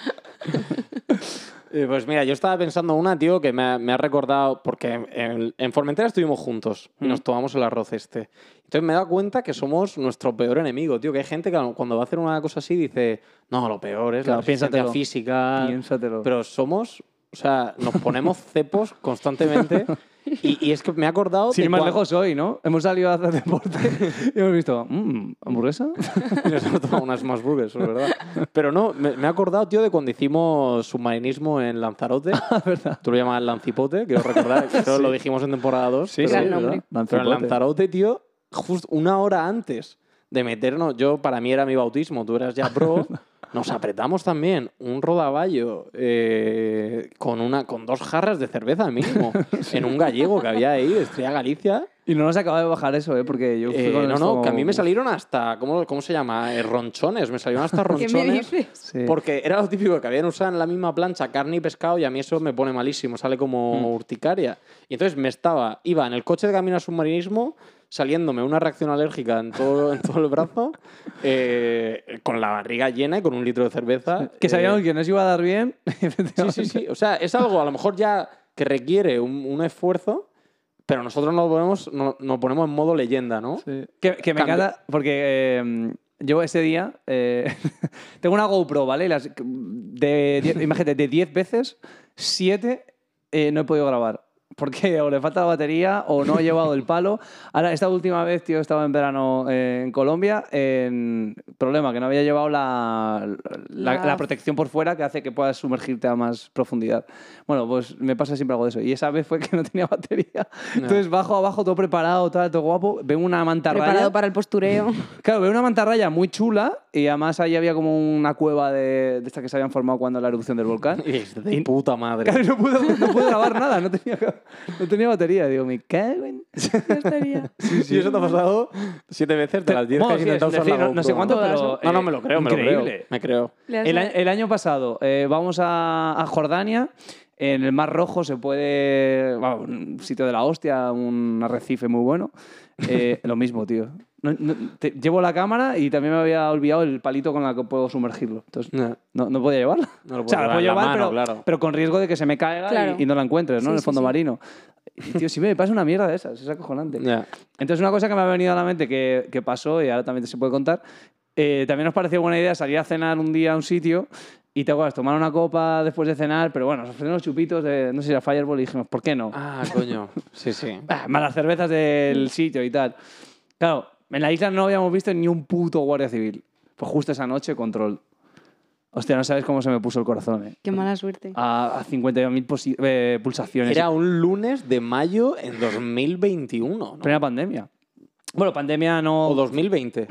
D: Eh, Pues mira, yo estaba pensando una, tío, que me ha, me ha recordado, porque en, en Formentera estuvimos juntos y
C: Mm.
D: nos tomamos el arroz este. Entonces me he dado cuenta que somos nuestro peor enemigo, tío, que hay gente que cuando va a hacer una cosa así dice, no, lo peor es
C: Claro,
D: la resistencia
C: piénsatelo.
D: física.
C: Piénsatelo.
D: Pero somos, o sea, nos ponemos cepos constantemente y, y es que me he acordado...
C: Sin
D: de
C: ir más
D: cuan-
C: lejos hoy, ¿no? Hemos salido a hacer deporte y hemos visto, "Mm, hamburguesa.
D: Y nos hemos tomado unas más burgers, es verdad. Pero no, me, me he acordado, tío, de cuando hicimos submarinismo en Lanzarote.
C: Ah,
D: Tú lo llamas Lancipote, quiero recordar. Creo que lo dijimos en temporada 2.
C: Sí,
D: pero,
E: Gran sí, nombre. ¿verdad?
D: Pero en
C: Lanzarote.
D: Lanzarote, tío, justo una hora antes de meternos, yo, para mí era mi bautismo, tú eras ya pro. Nos apretamos también un rodaballo eh, con, una, con dos jarras de cerveza mínimo en un gallego que había ahí, de Estrella Galicia.
C: Y no nos acaba de bajar eso, ¿eh? Porque yo fui
D: Eh,
C: con el
D: no, no, que a mí me
C: estómago-
D: salieron hasta, ¿cómo, cómo se llama? Eh, ronchones, me salieron hasta
E: ¿Qué
D: ronchones.
E: me dices?
C: Sí.
D: Porque era lo típico que habían usado en la misma plancha carne y pescado y a mí eso me pone malísimo, sale como
C: Mm.
D: urticaria. Y entonces me estaba, iba en el coche de camino a submarinismo, saliéndome una reacción alérgica en todo, en todo el brazo, eh, con la barriga llena y con un litro de cerveza.
C: Que
D: eh,
C: sabíamos que nos iba a dar bien.
D: Sí, sí, sí. O sea, es algo a lo mejor ya que requiere un, un esfuerzo, pero nosotros nos ponemos, no- nos ponemos en modo leyenda, ¿no?
C: Que, que me
D: Cambio.
C: encanta, porque eh, yo ese día eh, tengo una GoPro, ¿vale? Y Las, de, diez- imagínate, de 10 veces, 7 eh, no he podido grabar. Porque o le falta la batería o no he llevado el palo. Ahora, esta última vez, tío, estaba en verano eh, en Colombia. En... Problema, que no había llevado la, la,
E: La-
C: la protección por fuera que hace que puedas sumergirte a más profundidad. Bueno, pues me pasa siempre algo de eso. Y esa vez fue que no tenía batería. Entonces bajo abajo, todo preparado, tal, todo guapo. Veo una mantarraya.
E: Preparado para el postureo.
C: Claro, veo una mantarraya muy chula y además ahí había como una cueva de, de estas que se habían formado cuando la erupción del volcán.
D: Es de puta madre.
C: Claro, y no pude, no pude grabar nada, no tenía, no tenía batería. Digo, me cago en...
E: No estaría.
D: Y eso te ha pasado siete veces de las diez
C: Bueno,
D: que has
C: sí,
D: intentado
C: es
D: usar la
C: decir, no- no sé
D: GoPro,
C: cuánto, pero,
D: No, no,
C: eh,
D: me lo creo, me lo
C: increíble.
D: creo. Me creo.
E: Le has-
C: El, a- el año pasado eh, vamos a, a Jordania. En el Mar Rojo se puede. bueno, un sitio de la hostia, un arrecife muy bueno. Eh, lo mismo, tío. No- no- te- llevo la cámara y también me había olvidado el palito con la que puedo sumergirlo. Entonces,
D: No.
C: no, no podía llevarla.
D: No lo
C: o sea,
D: puedo
C: la
D: llevar
C: puedo
D: en la
C: llevar,
D: mano,
C: pero,
D: claro.
C: pero con riesgo de que se me caiga y-
E: Claro.
C: y, no la encuentres, ¿no?
E: Sí,
C: en el
E: sí,
C: fondo
E: sí.
C: marino. Y, tío, si me pasa una mierda de esas, es acojonante.
D: Ya.
C: Entonces, una cosa que me ha venido a la mente que, que pasó y ahora también se puede contar, eh, también nos pareció buena idea salir a cenar un día a un sitio y te acuerdas, tomar una copa después de cenar, pero bueno, nos ofrecieron unos chupitos de, no sé si era Fireball y dijimos, ¿por qué no?
D: Ah, Mm. coño. Sí, sí.
C: Bah, malas cervezas del sitio y tal. Claro, en la isla no habíamos visto ni un puto guardia civil. Pues justo esa noche, control. Hostia, no sabes cómo se me puso el corazón, ¿eh?
E: Qué mala suerte.
C: A, a 52.000 posi- eh, pulsaciones.
D: Era un lunes de mayo en 2021, ¿no?
C: Plena pandemia. Bueno, pandemia
D: O
C: no...
D: 2020.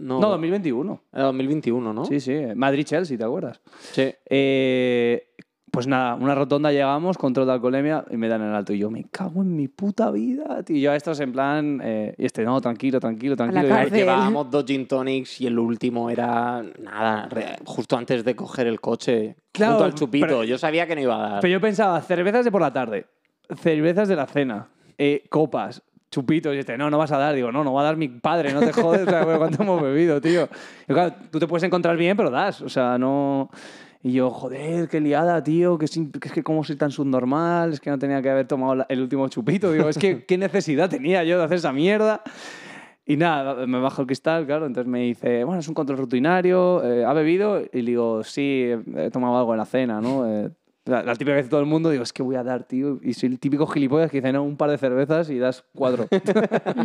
D: No,
C: No, 2021.
D: Era 2021, ¿no?
C: Sí, sí. Madrid-Chelsea, ¿te acuerdas?
D: Sí.
C: Eh, pues nada, una rotonda llegamos, control de alcoholemia y me dan el alto. Y yo, me cago en mi puta vida, tío. Y yo a estos en plan... eh, y este, no, tranquilo, tranquilo, tranquilo. Y yo,
E: cárcel.
D: Llevábamos dos gin tonics y el último era nada, re- justo antes de coger el coche.
C: Claro,
D: junto al chupito.
C: pero-
D: Yo sabía que no iba a dar.
C: Pero yo pensaba, cervezas de por la tarde, cervezas de la cena, eh, copas, chupitos. Y este, no, no vas a dar. Digo, no, no va a dar mi padre, no te jodes. o sea, ¿cuánto hemos bebido, tío? Y claro, tú te puedes encontrar bien, pero das. O sea, no... Y yo, joder, qué liada, tío, que, sin- que es que cómo soy tan subnormal, es que no tenía que haber tomado la- el último chupito. Digo, es que qué necesidad tenía yo de hacer esa mierda. Y nada, me bajo el cristal, claro, entonces me dice, bueno, es un control rutinario, eh, ¿ha bebido? Y le digo, sí, he tomado algo en la cena, ¿no? Eh, la, la típica que dice todo el mundo, digo, es que voy a dar, tío. Y soy el típico gilipollas que dice, no, un par de cervezas y das cuatro.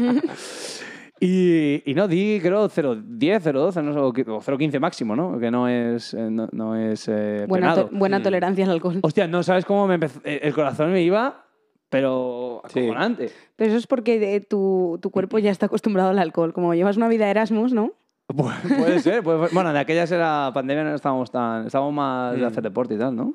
C: y, y no, di, creo, 0,10, 0,12, no sé, o qui- o 0,15 máximo, ¿no? Que no es, eh, no, no es eh,
E: Buena,
C: penado.
E: to-
D: Mm.
E: buena tolerancia al alcohol.
C: Hostia, no sabes cómo me empezó, eh, el corazón me iba, pero
D: Sí.
C: acojonante.
E: Pero eso es porque de- tu, tu cuerpo ya está acostumbrado al alcohol. Como llevas una vida Erasmus, ¿no?
C: Pu- Pues, Puede ser, puede ser. Bueno, en aquellas era pandemia, no estábamos tan. Estábamos más
E: Mm.
C: de hacer deporte y tal, ¿no?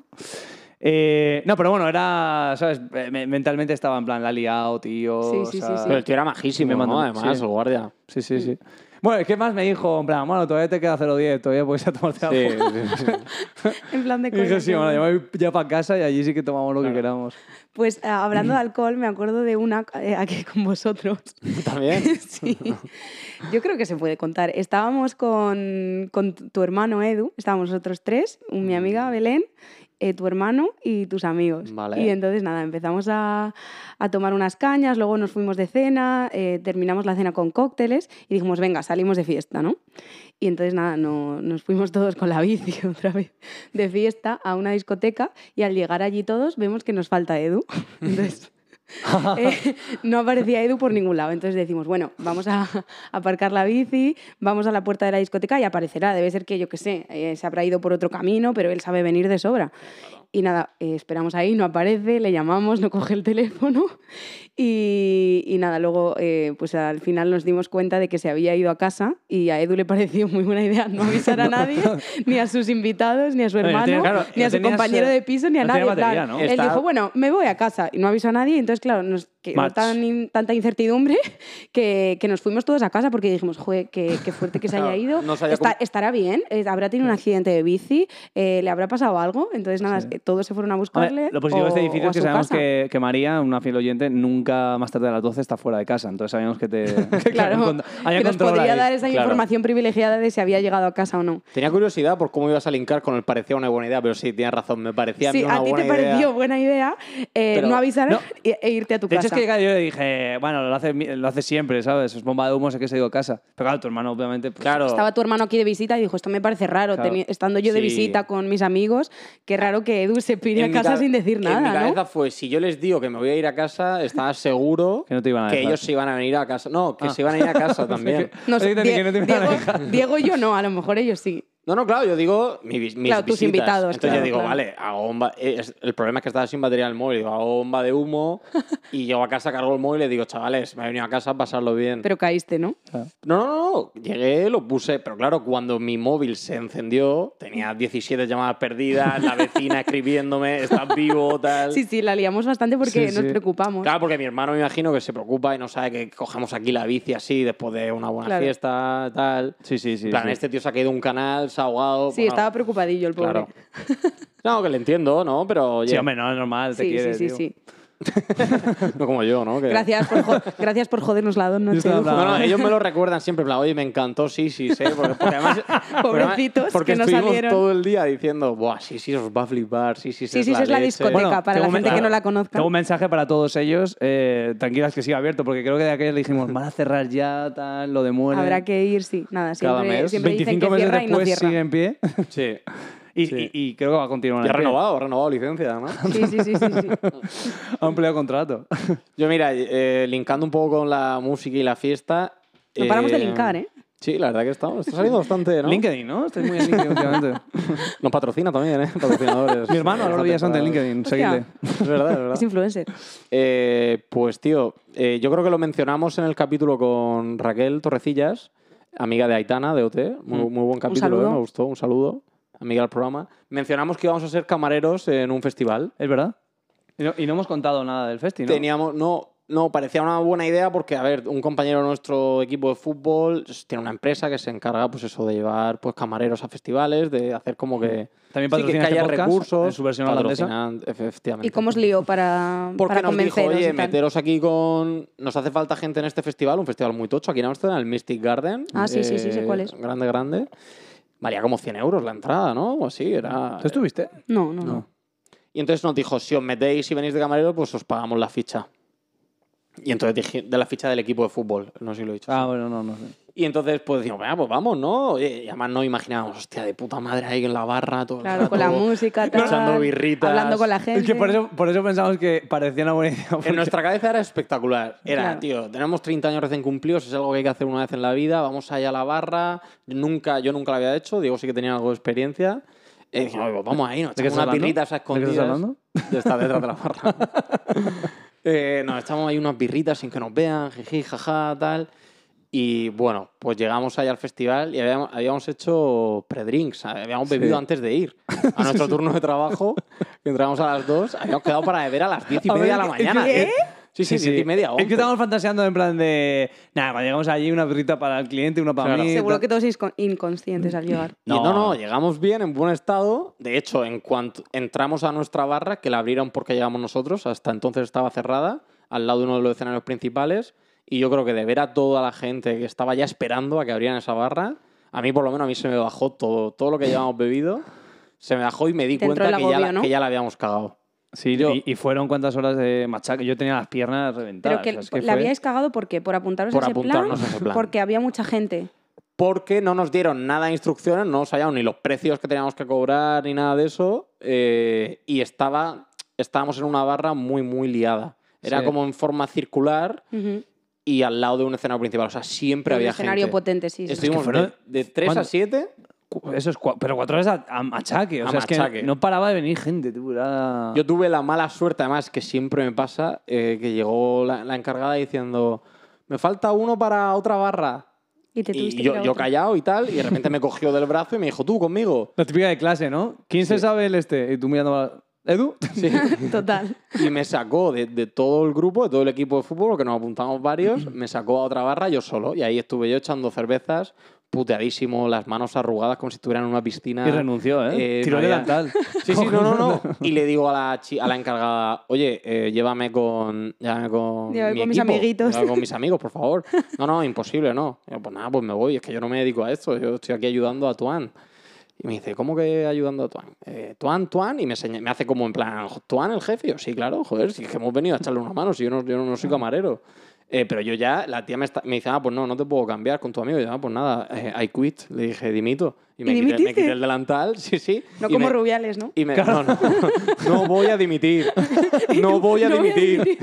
C: Eh, no, pero bueno, era. ¿Sabes? Eh, me- Mentalmente estaba en plan, la he liado, tío.
E: Sí,
C: o
E: sí, Mm. sí,
C: sea,
E: sí.
D: Pero el tío era majísimo,
C: Me mandó-
D: ¿no? Además,
C: sí.
D: el guardia.
C: Sí, sí, sí. Bueno, ¿qué más me dijo? En plan, bueno, todavía te queda 0-10, todavía puedes ir a tomarte
D: Sí,
C: algo.
D: sí,
E: En plan de
C: Y dije,
E: coña,
C: sí,
E: qué
C: bueno,
E: bueno.
C: ya me voy ya para casa y allí sí que tomamos lo que queramos.
E: Pues ah, hablando de alcohol, me acuerdo de una eh, aquí con vosotros.
D: sí. También.
E: Sí. Yo creo que se puede contar. Estábamos con, con tu tu hermano Edu, estábamos nosotros tres, un- mi amiga Belén, eh, tu hermano y tus amigos.
D: Vale.
E: Y entonces nada, empezamos a, a tomar unas cañas, luego nos fuimos de cena, eh, terminamos la cena con cócteles y dijimos, venga, salimos de fiesta, ¿no? Y entonces nada, no- nos fuimos todos con la bici otra vez de fiesta a una discoteca y al llegar allí todos vemos que nos falta Edu. Entonces... Eh, no aparecía Edu por ningún lado. Entonces decimos, bueno, vamos a aparcar la bici, vamos a la puerta de la discoteca y aparecerá. Debe ser que, yo qué sé, eh, se habrá ido por otro camino, pero él sabe venir de sobra. Y nada, eh, esperamos ahí, no aparece, le llamamos, no coge el teléfono y, y nada, luego eh, pues al final nos dimos cuenta de que se había ido a casa y a Edu le pareció muy buena idea no avisar a nadie, ni a sus invitados, ni a su
C: No, ya
E: hermano,
C: tenía- claro,
E: ni
C: ya
E: a su
C: tenías,
E: compañero
C: eh,
E: de piso, ni a
C: no
E: nadie.
C: tenía
E: en plan,
C: batería, ¿no?
E: Él
D: Está-
E: dijo, bueno, me voy a casa y no aviso a nadie. Entonces, claro, nos quedó
C: Match.
E: tan in- tanta incertidumbre que, que nos fuimos todos a casa porque dijimos, joder, qué, qué fuerte que se haya
D: Claro,
E: ido.
D: no se haya
E: Está-
D: com-
E: ¿Estará bien? Eh, ¿Habrá tenido un accidente de bici? Eh, ¿Le habrá pasado algo? Entonces, nada, eh, todos se fueron a
C: A ver,
E: buscarle.
C: lo positivo de este
E: o- o
C: edificio
E: a
C: es que
E: su
C: sabemos
E: casa.
C: que, que María, una fiel oyente, nunca más tarde de las 12 está fuera de casa. Entonces sabíamos que te. que había
E: Claro,
C: un cont- había
E: que nos
C: control
E: podría
C: ahí.
E: dar esa
D: claro.
E: información privilegiada de si había llegado a casa o no.
D: Tenía curiosidad por cómo ibas a linkar con el parecía una buena idea, pero sí, tienes razón, me parecía a mí
E: Sí,
D: una
E: a ti
D: buena
E: te
D: idea.
E: pareció buena idea eh,
D: Pero-
E: no avisar
C: no.
E: e, e irte a tu
C: De
E: casa.
C: hecho, es que claro, yo le dije, bueno, lo hace, mi- lo hace siempre, ¿sabes? Es bomba de humo, sé que se dio casa. Pero claro, tu hermano, obviamente. pues,
D: Claro.
E: Estaba tu hermano aquí de visita y dijo, esto me parece raro,
C: Claro.
E: teni- estando yo de
D: Sí.
E: visita con mis amigos, qué raro que Edu se pire a
D: En mi
E: casa
D: ca-
E: sin decir
D: En mi
E: nada,
D: cabeza
E: ¿no?
D: fue, si yo les digo que me voy a ir a casa, estaba seguro
C: Que no te iban a
D: que
C: dejar. Ah.
D: ellos se iban a venir a casa. No, que se iban a ir a casa también.
E: No sé,
C: Oye, Dani,
E: Die-
C: que no te iban a
E: Diego,
C: dejar.
E: Diego y yo no, a lo mejor ellos sí.
D: No, no, claro, yo digo mi vis- mis
E: Claro, tus
D: visitas.
E: invitados,
D: Entonces
E: claro,
D: yo digo,
E: claro.
D: vale, hago bomba... eh, es- el problema es que estaba sin batería en el móvil. Digo, hago bomba de humo y llego a casa, cargo el móvil y le digo, chavales, me he venido a casa a pasarlo bien.
E: Pero caíste, ¿no?
D: No, no, no, llegué, lo puse, pero claro, cuando mi móvil se encendió, tenía 17 llamadas perdidas, la vecina escribiéndome, estás vivo, tal.
E: Sí, sí, la liamos bastante porque
C: Sí,
E: nos
C: sí.
E: preocupamos.
D: Claro, porque mi hermano me imagino que se preocupa y no sabe que cogemos aquí la bici así después de una buena
E: Claro.
D: fiesta, tal.
C: Sí, sí, sí.
D: en plan,
C: sí.
D: este tío se ha caído un canal, se ha ahogado.
E: Sí,
D: bueno,
E: estaba preocupadillo el pobre.
D: Claro. No, que le entiendo, ¿no? Pero oye,
C: Sí, hombre, no, es normal, te
E: Sí,
C: quiere,
E: sí, sí,
C: tío. Eh,
E: sí.
D: no como yo, ¿no? Que-
E: Gracias por, jo- gracias por jodernos la
C: Yo
E: noche.
C: estaba
E: Edu.
C: hablando-
D: No, no, ellos me lo recuerdan siempre, en plan, oye, me encantó, sí, sí, sí. Porque, porque además, porque
E: Pobrecitos
D: además- porque
E: que no
D: estuvimos
E: salieron.
D: todo el día diciendo, buah, sí, sí, os va a flipar, sí, sí,
E: Sí, sí, sí, es la
D: leche".
E: discoteca. para la
C: tengo un
E: gente que no la conozca.
C: Tengo un mensaje para todos ellos. eh, tranquilas que siga abierto, porque creo que de aquel le dijimos, van a cerrar ya, tal, lo de muere.
E: Habrá que ir, sí. Nada,
D: Cada
E: siempre,
D: mes.
E: siempre dicen
C: 25
E: que
C: meses
E: cierra y no
C: después
E: cierra.
C: sigue en pie.
D: Sí.
C: Y,
D: Sí.
C: y- y creo que va a continuar.
D: Y ha
C: en pie.
D: renovado, ha renovado licencia, ¿no?
E: Sí, sí, sí, sí, sí.
C: Ha ampliado contrato.
D: Yo, mira, eh, linkando un poco con la música y la fiesta.
E: No paramos de linkar, ¿eh?
D: Sí, la verdad que estamos. Está saliendo bastante, ¿no?
C: LinkedIn, ¿no? Estoy muy en LinkedIn últimamente.
E: Pues
D: Nos patrocina también, ¿eh? Patrocinadores. eh,
C: Mi hermano, Álvaro Villasante, en LinkedIn.
E: Hostia.
C: Seguidle.
D: Es verdad, es verdad.
E: Es influencer.
D: Eh, pues, tío, eh, yo creo que lo mencionamos en el capítulo con Raquel Torrecillas, amiga de Aitana, de OT. Muy,
C: Mm.
D: muy buen capítulo,
E: saludo.
D: ¿eh? me gustó. Un saludo, amiga del programa. Mencionamos que íbamos a ser camareros en un festival.
C: ¿Es verdad? Y no, y no hemos contado nada del festival.
D: Teníamos, no, no, parecía una buena idea porque, a ver, un compañero de nuestro equipo de fútbol s- tiene una empresa que se encarga, pues eso, de llevar pues camareros a festivales, de hacer como que.
C: También
D: sí, que-
C: patrocina
D: que,
C: este
D: haya
C: podcast,
D: recursos.
C: en su versión holandesa.
D: patrocinan, efe- efectivamente.
E: ¿Y cómo os lío para,
D: Porque
E: para
D: nos dijo,
E: convenceros?
D: oye,
E: y tal?
D: meteros aquí con... Nos hace falta gente en este festival, un festival muy tocho aquí en Amsterdam, el Mystic Garden. eh,
E: Ah, sí, sí, sí, sé cuál es.
D: Grande, grande. Valía como 100 euros la entrada, ¿no? O así, era...
C: ¿Tú estuviste?
E: No, no, no.
D: Y entonces nos dijo, si os metéis y venís de camarero, pues os pagamos la ficha. Y entonces dije, de la ficha del equipo de fútbol, no sé si lo he dicho.
C: Ah, bueno, no, no sé.
D: Y entonces pues decimos, venga, pues vamos, ¿no? Oye, Y además no imaginábamos, hostia, de puta madre ahí en la barra, todo el
E: Claro, con la
D: rato,
E: música, tal,
D: echando birritas.
E: hablando con la gente.
C: Es que por eso, por eso pensamos que parecía una buena idea. porque-
D: En nuestra cabeza era espectacular. Era,
E: Claro.
D: tío, tenemos 30 años recién cumplidos, es algo que hay que hacer una vez en la vida, vamos allá a la barra. Nunca, yo nunca lo había hecho, Diego sí que tenía algo de experiencia. Y dije, "Oye, pues vamos ahí, nos
C: ¿De qué
D: echamos
C: estás
D: unas
C: hablando?
D: birritas a
C: ¿De qué estás
D: escondidas.
C: hablando?
D: De estar detrás de la barra. Eh, nos echamos ahí unas birritas sin que nos vean, jiji, jaja, tal. Y bueno, pues llegamos allá al festival y habíamos, habíamos hecho pre-drinks, habíamos bebido antes de ir a nuestro turno de trabajo, que entramos a las 2, habíamos quedado para beber a las 10 y
C: A
D: media de
C: ver,
D: la
C: ¿qué-
D: mañana.
C: qué-
D: ¿eh? Sí, sí, 10 y media.
C: Es que
D: 11.
C: estábamos fantaseando en plan de. Nada, cuando llegamos allí, una birrita para el cliente, una para
D: Claro.
C: mí.
E: Seguro
C: tal.
E: que todos sois con- inconscientes al llegar.
D: Y No.
C: No.
D: no, llegamos bien, en buen estado. De hecho, en cuanto entramos a nuestra barra, que la abrieron porque llegamos nosotros, hasta entonces estaba cerrada, al lado de uno de los escenarios principales. Y yo creo que de ver a toda la gente que estaba ya esperando a que abrieran esa barra, a mí por lo menos a mí se me bajó todo, todo lo que llevábamos bebido, se me bajó y me di
E: Te entró
D: cuenta
E: el
D: que, ya
E: agobio,
D: la,
E: ¿no?
D: que ya la habíamos cagado.
C: Sí,
D: Yo-
C: y, y fueron cuántas horas de machaca. Yo tenía las piernas reventadas.
E: Pero que,
C: o sea, es que
E: la
C: fue-
E: habíais cagado ¿por qué? Por apuntaros
D: Por
E: a ese
D: apuntarnos
E: plan,
D: a ese plan.
E: Porque había mucha gente.
D: porque no nos dieron nada de instrucciones, no nos hallaron ni los precios que teníamos que cobrar ni nada de eso. eh, y estaba, estábamos en una barra muy, muy liada. Era
C: Sí.
D: como en forma circular
E: Ujú.
D: y al lado de un escenario principal. O sea, siempre
E: Un
D: había
E: escenario
D: gente.
E: potente, sí. sí.
D: Estuvimos
C: Es que fueron-
D: de, 3 a
C: ¿cuánto?
D: 7.
C: Cu- Eso es cua- pero cuatro horas a, a machaque. O
D: A
C: sea, es
D: machaque.
C: que no paraba de venir gente. tú, era-
D: Yo tuve la mala suerte, además, que siempre me pasa, eh, que llegó la, la encargada diciendo, me falta uno para otra barra.
E: Y te tuviste
D: Y
E: que ir
D: yo,
E: a
D: yo
E: otra.
D: callado y tal, y de repente me cogió del brazo y me dijo, tú conmigo.
C: La típica de clase, ¿no? ¿Quién se sabe el este? Y tú mirando a... ¿Edu?
D: Sí.
E: Total.
D: Y me sacó de, de todo el grupo, de todo el equipo de fútbol, que nos apuntamos varios, me sacó a otra barra yo solo. Y ahí estuve yo echando cervezas, puteadísimo, las manos arrugadas como si estuvieran en una piscina.
C: Y renunció, ¿eh?
D: Eh,
C: Tiró
D: María.
C: delantal.
D: Sí, sí, no, no, no. Y le digo a la, chi- a la encargada, oye, eh, llévame con, llévame con,
E: Llévame
D: mi
E: con mis
D: equipo,
E: amiguitos".
D: llévame con mis amigos, por favor. No, no, imposible, no. Yo, pues nada, pues me voy, es que yo no me dedico a esto, yo estoy aquí ayudando a Tuan. Y me dice, ¿cómo que ayudando a Tuan? Eh, Tuan, Tuan, y me, seña- me hace como en plan, ¿Tuan el jefe? Y yo, sí, claro, joder, si es que hemos venido a echarle una mano, si yo no, yo no soy camarero. Eh, pero yo ya, la tía me, está- me dice, ah, pues no, no te puedo cambiar con tu amigo. Y yo, ah, pues nada, eh, I quit. Le dije, dimito. Y me,
E: ¿Y
D: quité, me
E: dimitiste?
D: quité el delantal, sí, sí.
E: No
D: y
E: como
D: me-
E: Rubiales, ¿no?
D: y me, no, no, no voy a dimitir. No voy a
E: No voy a
D: dimitir.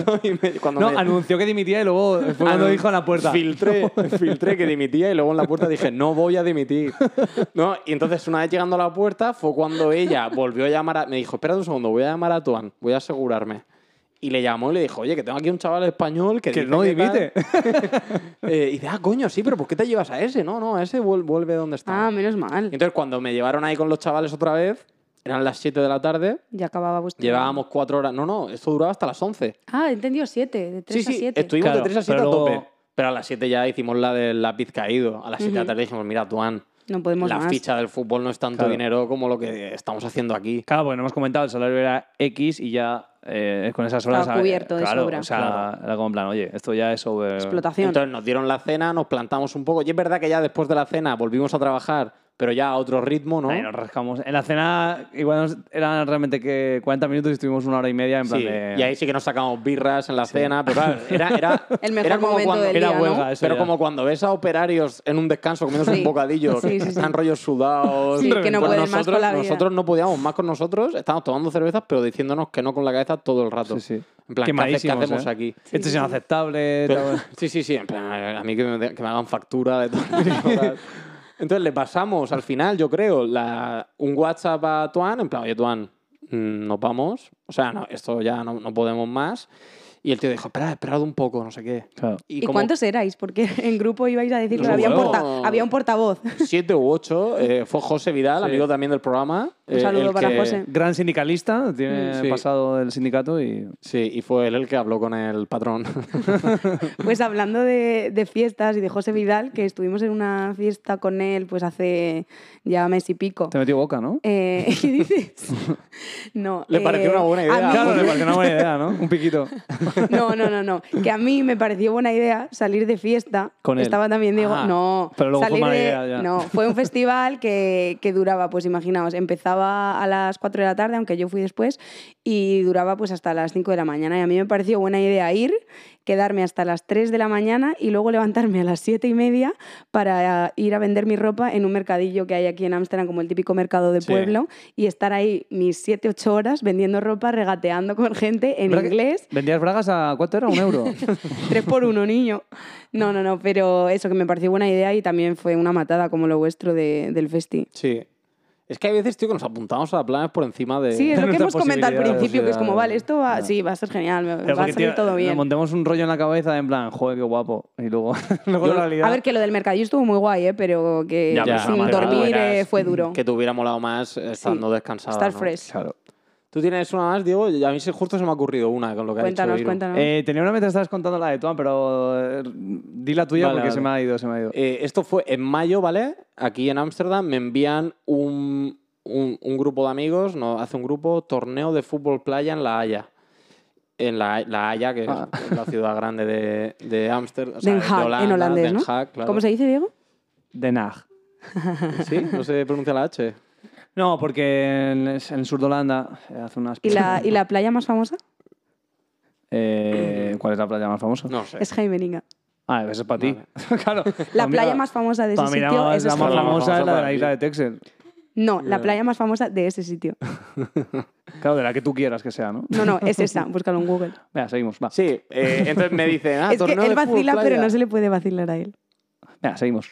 D: No, y me- cuando
C: No,
D: me-
C: anunció que dimitía y luego fue cuando
D: Anun-
C: dijo en la puerta.
D: Filtré, filtré que dimitía y luego en la puerta dije, no voy a dimitir. ¿No? Y entonces, una vez llegando a la puerta, fue cuando ella volvió a llamar a. Me dijo, espérate un segundo, voy a llamar a Tuan, voy a asegurarme. Y le llamó y le dijo, oye, que tengo aquí un chaval español que.
C: Que
D: dice
C: no
D: tal".
C: dimite.
D: Eh, y dice, ah, coño, sí, pero ¿por qué te llevas a ese? No, no, a ese vuel- vuelve donde está.
E: Ah, menos mal.
D: Y entonces, cuando me llevaron ahí con los chavales otra vez, eran las 7 de la tarde.
E: Ya acababa vuestra-
D: Llevábamos cuatro horas. No, no, esto duraba hasta las 11.
E: Ah, entendió siete, de tres
D: sí,
E: a
D: sí,
E: siete.
D: estuvimos
C: Claro,
D: de 3 a 7
C: pero
D: a tope.
C: luego-
D: Pero a las 7 ya hicimos la del lápiz caído. A las 7 de la tarde dijimos, mira, Tuan,
E: No podemos
D: la
E: más.
D: ficha del fútbol no es tanto
C: Claro.
D: dinero como lo que estamos haciendo aquí.
C: Claro, porque no hemos comentado, el salario era X y ya eh, con esas horas...
E: Estaba cubierto de
C: claro,
E: sobra.
C: O sea, era como en plan, oye, esto ya es over...
E: Explotación.
D: Entonces nos dieron la cena, nos plantamos un poco. Y es verdad que ya después de la cena volvimos a trabajar, pero ya a otro ritmo, ¿no?
C: Ahí nos rascamos. En la cena igual nos- eran realmente que 40 minutos y estuvimos una hora y media en plan
D: Sí,
C: de...
D: Y ahí sí que nos sacamos birras en la cena, pero claro, era, era,
E: El mejor
D: era como
E: momento
D: cuando,
E: del
C: Era
E: día, ¿no?
C: huelga, eso
D: Pero
C: ya.
D: como cuando ves a operarios en un descanso comiéndose
E: Sí.
D: un bocadillo,
E: Sí,
D: que
E: sí, sí.
D: están rollos sudados.
E: Sí, que no
D: Pues
E: pueden más
D: nosotros,
E: con la vida.
D: Nosotros no podíamos más con nosotros, estábamos tomando cervezas, pero diciéndonos que no con la cabeza todo el rato.
C: Sí, sí.
D: En plan, ¿qué, hace- qué
C: Quemadísimos,
D: hacemos
C: ¿eh?
D: aquí?
C: Esto es inaceptable.
D: Pero-
C: tal.
D: sí, sí, sí, en plan, a mí que me, que me hagan factura de todas las horas. Entonces le pasamos al final, yo creo, la- un WhatsApp a Tuan, en plan, oye, Tuan, mm, nos vamos. O sea, no, esto ya no, no podemos más. Y el tío dijo, esperad, esperad un poco, no sé qué.
C: Claro.
E: ¿Y,
D: como
E: cuántos erais? Porque en grupo ibais a decir que
D: No,
E: había, un
D: bueno.
E: porta- había un portavoz.
D: Siete u ocho, eh, fue José Vidal, amigo también del programa.
E: Un
D: eh,
E: saludo
D: el
E: para
D: que-
E: José.
C: Gran sindicalista, tiene
D: Mm, sí.
C: pasado del sindicato y...
D: Sí, y fue él el que habló con el patrón.
E: Pues hablando de, de fiestas y de José Vidal, que estuvimos en una fiesta con él pues hace ya mes y pico.
C: Te metió boca, ¿no?
E: Eh, ¿Qué dices? No. eh,
D: Le pareció una buena
E: a
D: idea.
E: mí-
C: Claro, le pareció una buena idea, ¿no? Un piquito.
E: No, no, no, no. Que a mí me pareció buena idea salir de fiesta.
C: Con él.
E: Estaba también Diego.
D: Ah,
E: no.
C: pero luego fue
E: salir
C: mala
E: de-
C: idea ya.
E: No, fue un festival que, que duraba, pues imaginaos, empezaba a las 4 de la tarde, aunque yo fui después, y duraba pues hasta las 5 de la mañana. Y a mí me pareció buena idea ir, quedarme hasta las 3 de la mañana y luego levantarme a las 7 y media para ir a vender mi ropa en un mercadillo que hay aquí en Ámsterdam, como el típico mercado de
D: Sí.
E: pueblo, y estar ahí mis 7, 8 horas vendiendo ropa, regateando con gente en
C: ¿Verdad que
E: inglés.
C: ¿Vendías bragas a cuánto era? ¿Un euro?
E: Tres por uno, niño. No, no, no, pero eso que me pareció buena idea y también fue una matada como lo vuestro de- del festi.
D: sí. Es que hay veces, tío, que nos apuntamos a planes por encima de...
E: Sí, es lo que
C: nuestras
E: hemos comentado al
C: posibilidades,
E: principio, que es como,
C: ya,
E: vale, esto va, sí, va a ser genial, me- va a
C: porque,
E: salir
C: tío,
E: todo
C: Nos
E: bien.
C: montemos un rollo en la cabeza en plan, joder, qué guapo. Y luego, luego
D: Yo-
C: la realidad...
E: A ver, que lo del mercadillo estuvo muy guay, ¿eh? pero que
D: Ya, pero
E: sin
D: nada,
E: dormir
D: verás,
E: eh, fue duro.
D: Que te hubiera molado más eh, estando
E: Sí.
D: descansado.
E: Estar
D: ¿no?
E: fresh.
C: Claro.
D: ¿Tú tienes una más, Diego? Y A mí se- justo se me ha ocurrido una con lo que ha
E: Cuéntanos,
D: dicho Iru.
E: cuéntanos.
C: Eh, tenía una meta, estabas contando la de Tuan, pero eh, di la tuya
D: Vale,
C: porque
D: vale.
C: se me ha ido, se me ha ido.
D: Eh, esto fue en mayo, ¿vale? Aquí en Ámsterdam me envían un, un- un grupo de amigos, no, hace un grupo, torneo de fútbol playa en La Haya. En La, La Haya, que
C: Ah.
D: es la ciudad grande de de Ámsterdam. o sea,
E: Den
D: de
E: Haag, en
D: Holanda,
E: holandés,
D: Den
E: ¿no?
D: Haag, claro.
E: ¿Cómo se dice, Diego?
C: De Nag.
D: Sí, no se pronuncia la H.
C: No, porque en, en el sur de Holanda eh, hace unas...
E: ¿Y la, y la playa más famosa?
C: Eh, ¿Cuál es la playa más famosa?
D: No sé.
E: Es Heimeninga.
D: Pues
C: Ah, esa es para ti. claro.
E: La
C: Para mí
E: playa más famosa
D: pues
E: de ese
C: para mí
E: sitio
C: la,
E: es
C: la más
D: Escocia.
C: famosa es la de
D: para
C: la
D: ti.
C: isla de Texas.
E: No, la playa más famosa de ese sitio.
C: Claro, de la que tú quieras que sea, ¿no?
E: No, no, es esa, búscalo en Google.
C: Venga, seguimos, va.
D: Sí, eh, entonces me dicen, ah,
E: es que
D: torneo
E: él
D: de fútbol
E: vacila, pero
D: playa.
E: no se le puede vacilar a él.
C: Venga, seguimos.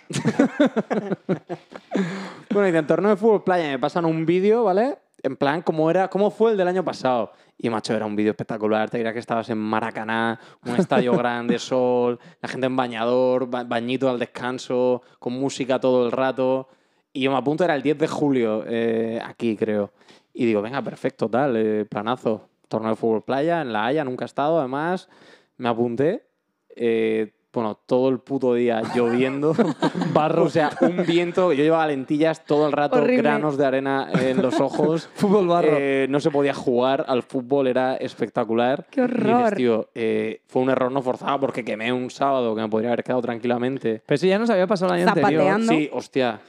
D: Bueno, dicen, torneo de fútbol playa, me pasan un vídeo, ¿vale? En plan, ¿cómo, era, ¿cómo fue el del año pasado? Y, macho, era un vídeo espectacular. Te diría que estabas en Maracaná, un estadio grande, sol, la gente en bañador, ba- bañito al descanso, con música todo el rato. Y yo me apunto, era el 10 de julio, eh, aquí creo. Y digo, venga, perfecto, tal, eh, planazo. Torneo de fútbol playa, en La Haya, nunca he estado, además. Me apunté. eh, bueno, todo el puto día lloviendo.
C: Barro.
D: O sea, un viento. Yo llevaba lentillas todo el rato,
E: Horrible.
D: granos de arena en los ojos.
C: Fútbol barro.
D: Eh, no se podía jugar al fútbol, era espectacular.
E: ¡Qué
D: Y dices,
E: horror!
D: tío, eh, fue un error no forzado porque quemé un sábado que me podría haber quedado tranquilamente.
C: Pero eso ya nos había pasado el año
E: Zapateando.
C: anterior.
E: ¿No?
D: Sí, hostia.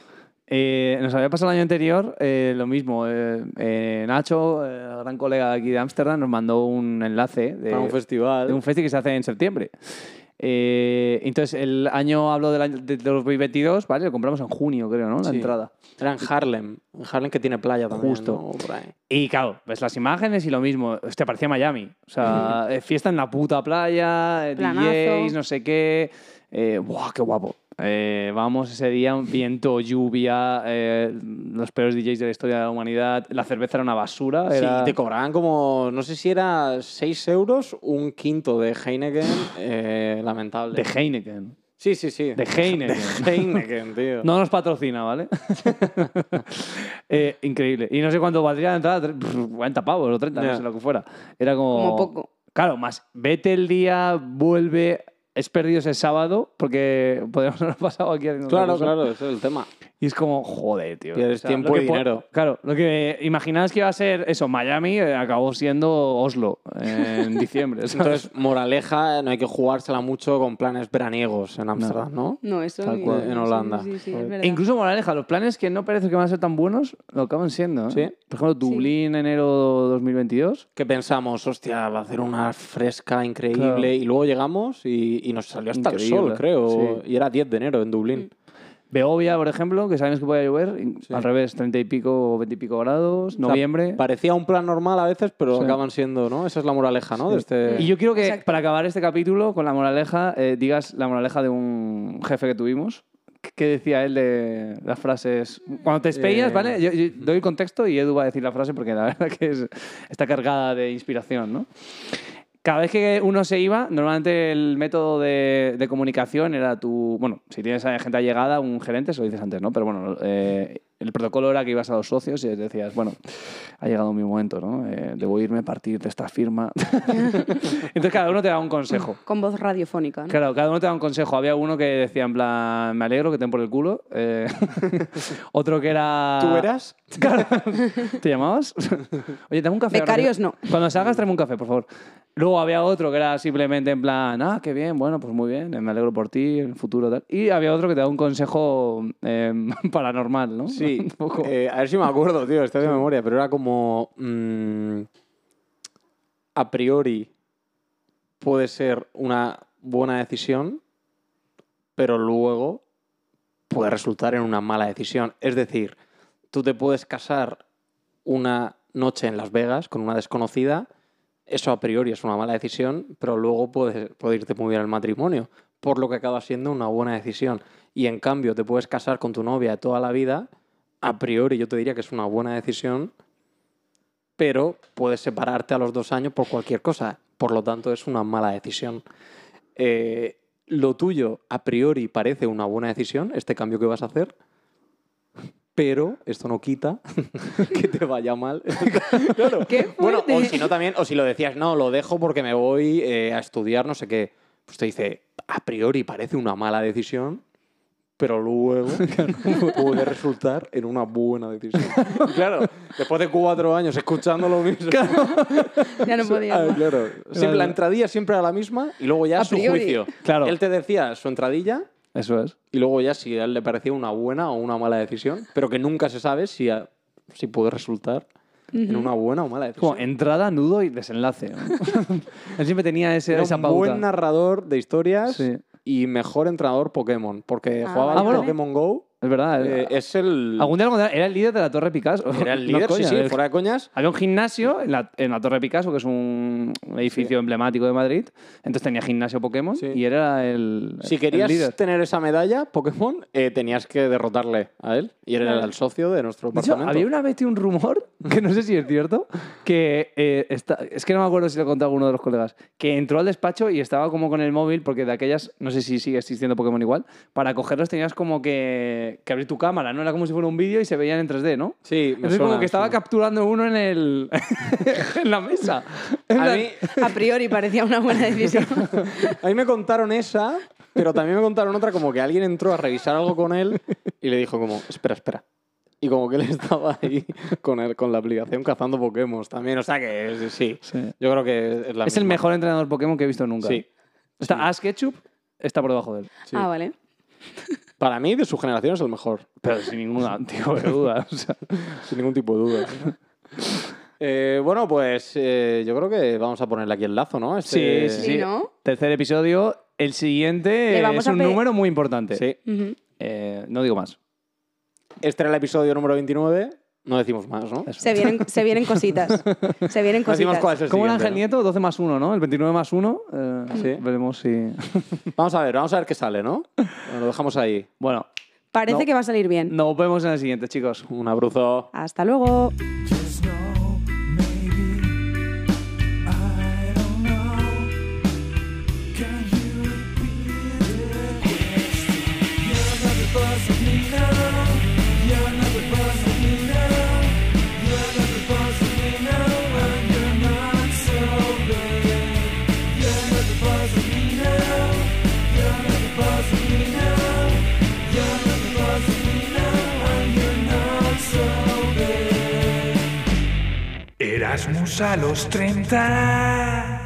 C: Eh, nos había pasado el año anterior eh, lo mismo. Eh, eh, Nacho, eh, gran colega de aquí de Ámsterdam, nos mandó un enlace de,
D: Para un festival.
C: de un festival que se hace en septiembre. Eh, entonces, el año, hablo del año de 2022, ¿vale? Lo compramos en junio, creo, ¿no? La
D: Sí.
C: entrada.
D: Era en Harlem. En Harlem que tiene playa también.
C: Justo.
D: ¿no? Por ahí.
C: Y claro, ves las imágenes y lo mismo. Te parecía Miami. O sea, eh, fiesta en la puta playa, eh,
E: Planazo.
C: DJs, no sé qué. Eh, ¡Buah, qué guapo! Eh, vamos ese día, un viento, lluvia, eh, los peores DJs de la historia de la humanidad. La cerveza era una basura.
D: Sí,
C: era-
D: y te cobraban como, no sé si era 6 euros, un quinto de Heineken, eh, lamentable.
C: de Heineken.
D: sí, sí, sí.
C: De Heineken.
D: Heineken, tío.
C: No nos patrocina, ¿vale? Eh, increíble. Y no sé cuánto valdría la entrada, tre- pff, 40 pavos o 30,
D: Ya.
C: no sé lo que fuera. Era como...
E: Como poco.
C: Claro, más vete el día, vuelve, es perdido ese sábado, porque podríamos haber pasado aquí haciendo otra
D: Claro,
C: cosa.
D: claro, ese es el tema.
C: Y es como, joder, tío.
D: Pierdes tiempo
C: lo
D: y
C: que po-
D: dinero.
C: Claro, lo que imaginabas que iba a ser eso, Miami, eh, acabó siendo Oslo eh, en diciembre. ¿sabes?
D: Entonces, moraleja, no hay que jugársela mucho con planes veraniegos en Ámsterdam, ¿no?
E: No, eso
D: Tal
E: ni-
D: cual,
E: sí,
D: en Holanda.
E: Sí, sí, sí,
D: E
E: es verdad.
C: E incluso Moraleja, los planes que no parece que van a ser tan buenos, lo acaban siendo. ¿eh?
D: Sí.
C: Por ejemplo, Dublín, enero 2022.
D: Que pensamos, hostia, va a hacer una fresca increíble.
C: Claro.
D: Y luego llegamos y, y nos salió hasta
C: Increíble,
D: el sol, creo.
C: sí.
D: Y era 10 de enero en
E: Mm.
D: Dublín.
C: Beovia, por ejemplo, que sabemos que puede llover, y al revés, 30 y pico, 20 y pico grados,
D: O sea,
C: noviembre.
D: parecía un plan normal a veces, pero
C: Sí.
D: acaban siendo, ¿no? Esa es la moraleja, ¿no? De este...
C: Y yo quiero que,
E: Exacto.
C: para acabar este capítulo, con la moraleja, eh, digas la moraleja de un jefe que tuvimos. ¿Qué decía él de las frases? Cuando te despellas,
D: Eh,
C: ¿vale? Yo, yo doy el contexto y Edu va a decir la frase porque la verdad que es- está cargada de inspiración, ¿no? Cada vez que uno se iba, normalmente el método de, de comunicación era tu... Bueno, si tienes a gente allegada, un gerente, se lo dices antes, ¿no? Pero bueno, eh, el protocolo era que ibas a los socios y les decías, bueno, ha llegado mi momento, ¿no? Eh, debo irme a partir de esta firma. Entonces cada uno te da un consejo.
E: Con voz radiofónica, ¿no?
C: Claro, cada uno te da un consejo. Había uno que decía en plan, me alegro que te den por el culo. Eh, otro que era...
D: ¿Tú eras?
C: Claro. ¿Te llamabas? Oye, dame un café. ahora
E: Becarios
C: que-
E: no.
C: Cuando salgas, tráeme un café, por favor. Luego había otro que era simplemente en plan, ah, qué bien, bueno, pues muy bien, eh, me alegro por ti, el futuro tal. Y había otro que te daba un consejo eh, paranormal, ¿no?
D: Sí,
C: Un poco.
D: eh, a ver si me acuerdo, tío, estoy de memoria, pero era como. mm, a priori puede ser una buena decisión, pero luego puede resultar en una mala decisión. Es decir, tú te puedes casar una noche en Las Vegas con una desconocida, eso a priori es una mala decisión, pero luego puede, puede irte muy bien el matrimonio, por lo que acaba siendo una buena decisión. Y en cambio, te puedes casar con tu novia de toda la vida, a priori yo te diría que es una buena decisión, pero puedes separarte a los dos años por cualquier cosa. Por lo tanto, es una mala decisión. Eh, lo tuyo a priori parece una buena decisión, este cambio que vas a hacer, pero esto no quita que te vaya mal. Claro.
E: ¡Qué
D: Bueno, o
E: fuerte!
D: si no también, o si lo decías, no, lo dejo porque me voy eh, a estudiar, no sé qué. Pues te dice, a priori parece una mala decisión, pero luego puede resultar en una buena decisión. claro, después de cuatro años escuchando lo mismo.
E: Ya no podía.
D: Ah,
E: más.
D: claro. Siempre, la entradilla siempre era la misma y luego ya
E: A
D: su
E: priori.
D: juicio.
C: Claro.
D: Él te decía su entradilla
C: Eso es.
D: y luego ya si a él le parecía una buena o una mala decisión, pero que nunca se sabe si, a- si puede resultar en una buena o mala decisión.
C: Como entrada, nudo y desenlace. Él siempre tenía ese,
D: Era
C: esa
D: un
C: pauta.
D: buen narrador de historias
C: Sí.
D: y mejor entrenador Pokémon, porque
E: Ah,
D: jugaba al
E: Ah, bueno.
D: Pokémon Go.
C: Es verdad.
D: eh, es el,
C: Algún día lo contaré. Era el líder de la Torre Picasso.
D: era el
C: No
D: líder, sí,
C: coña, ¿eh?
D: sí,
C: el-
D: fuera de coñas.
C: Había un gimnasio en la, en la Torre Picasso, que es un edificio emblemático de Madrid. Entonces tenía gimnasio Pokémon
D: Sí.
C: y era el,
D: Si
C: el
D: querías este
C: líder.
D: tener esa medalla Pokémon, eh, tenías que derrotarle a él. Y él era el socio de nuestro
C: De hecho,
D: departamento.
C: había una vez tío, un rumor, que no sé si es cierto, que eh, está- es que no me acuerdo si lo contó alguno de los colegas, que entró al despacho y estaba como con el móvil, porque de aquellas, no sé si sigue existiendo Pokémon igual, para cogerlos tenías como que, que abrir tu cámara, ¿no? Era como si fuera un vídeo y se veían en 3D, ¿no?
D: Sí, me
C: Entonces
D: suena,
C: como
D: me
C: que estaba
D: suena.
C: capturando uno en el en la mesa.
D: A mí,
E: A priori parecía una buena decisión.
D: a mí me contaron esa, pero también me contaron otra como que alguien entró a revisar algo con él y le dijo como, espera, espera. Y como que él estaba ahí con, él, con la aplicación cazando Pokémon también. O sea que eh, sí,
C: Sí.
D: yo creo que es la
C: Es el
D: misma.
C: mejor entrenador Pokémon que he visto nunca.
D: Sí.
C: Está Ash Ketchup, está por debajo de él.
E: Ah, vale.
D: Para mí, de su generación es el mejor.
C: Pero sin ningún tipo de duda. o sea.
D: Sin ningún tipo de duda. Eh, bueno, pues eh, yo creo que vamos a ponerle aquí el lazo, ¿no?
C: Sí,
D: Este-
C: sí,
E: Sí,
C: sí.
E: ¿no?
C: Tercer episodio. El siguiente
E: Le vamos
C: es
E: a
C: un
E: pedir-
C: número muy importante.
D: Sí.
E: Ujú.
C: Eh, no digo más.
D: Este era el episodio número 29. No decimos más, ¿no?
E: Se, vienen, se vienen cositas. Se vienen
D: No decimos
E: cositas.
D: cuál es el
C: Como el
D: siguiente,
C: Ángel
D: ¿no?
C: Nieto, 12 más 1, ¿no? El 29 más 1. eh,
D: Sí.
C: Veremos si.
D: Vamos a ver, vamos a ver qué sale, ¿no? Lo dejamos ahí.
C: bueno,
E: Parece
C: No.
E: que va a salir bien.
C: nos vemos en el siguiente, chicos.
D: Un abrazo.
E: Hasta luego.
F: Just know, maybe I don't know. Can you repeat it? Yes. You're another buzz of me now. You're another buzz of me now. You're another buzz of me now, and you're not so bad. You're another buzz of me now. You're another buzz of me now. You're another buzz of me now, and you're not so bad. Erasmus a los 30.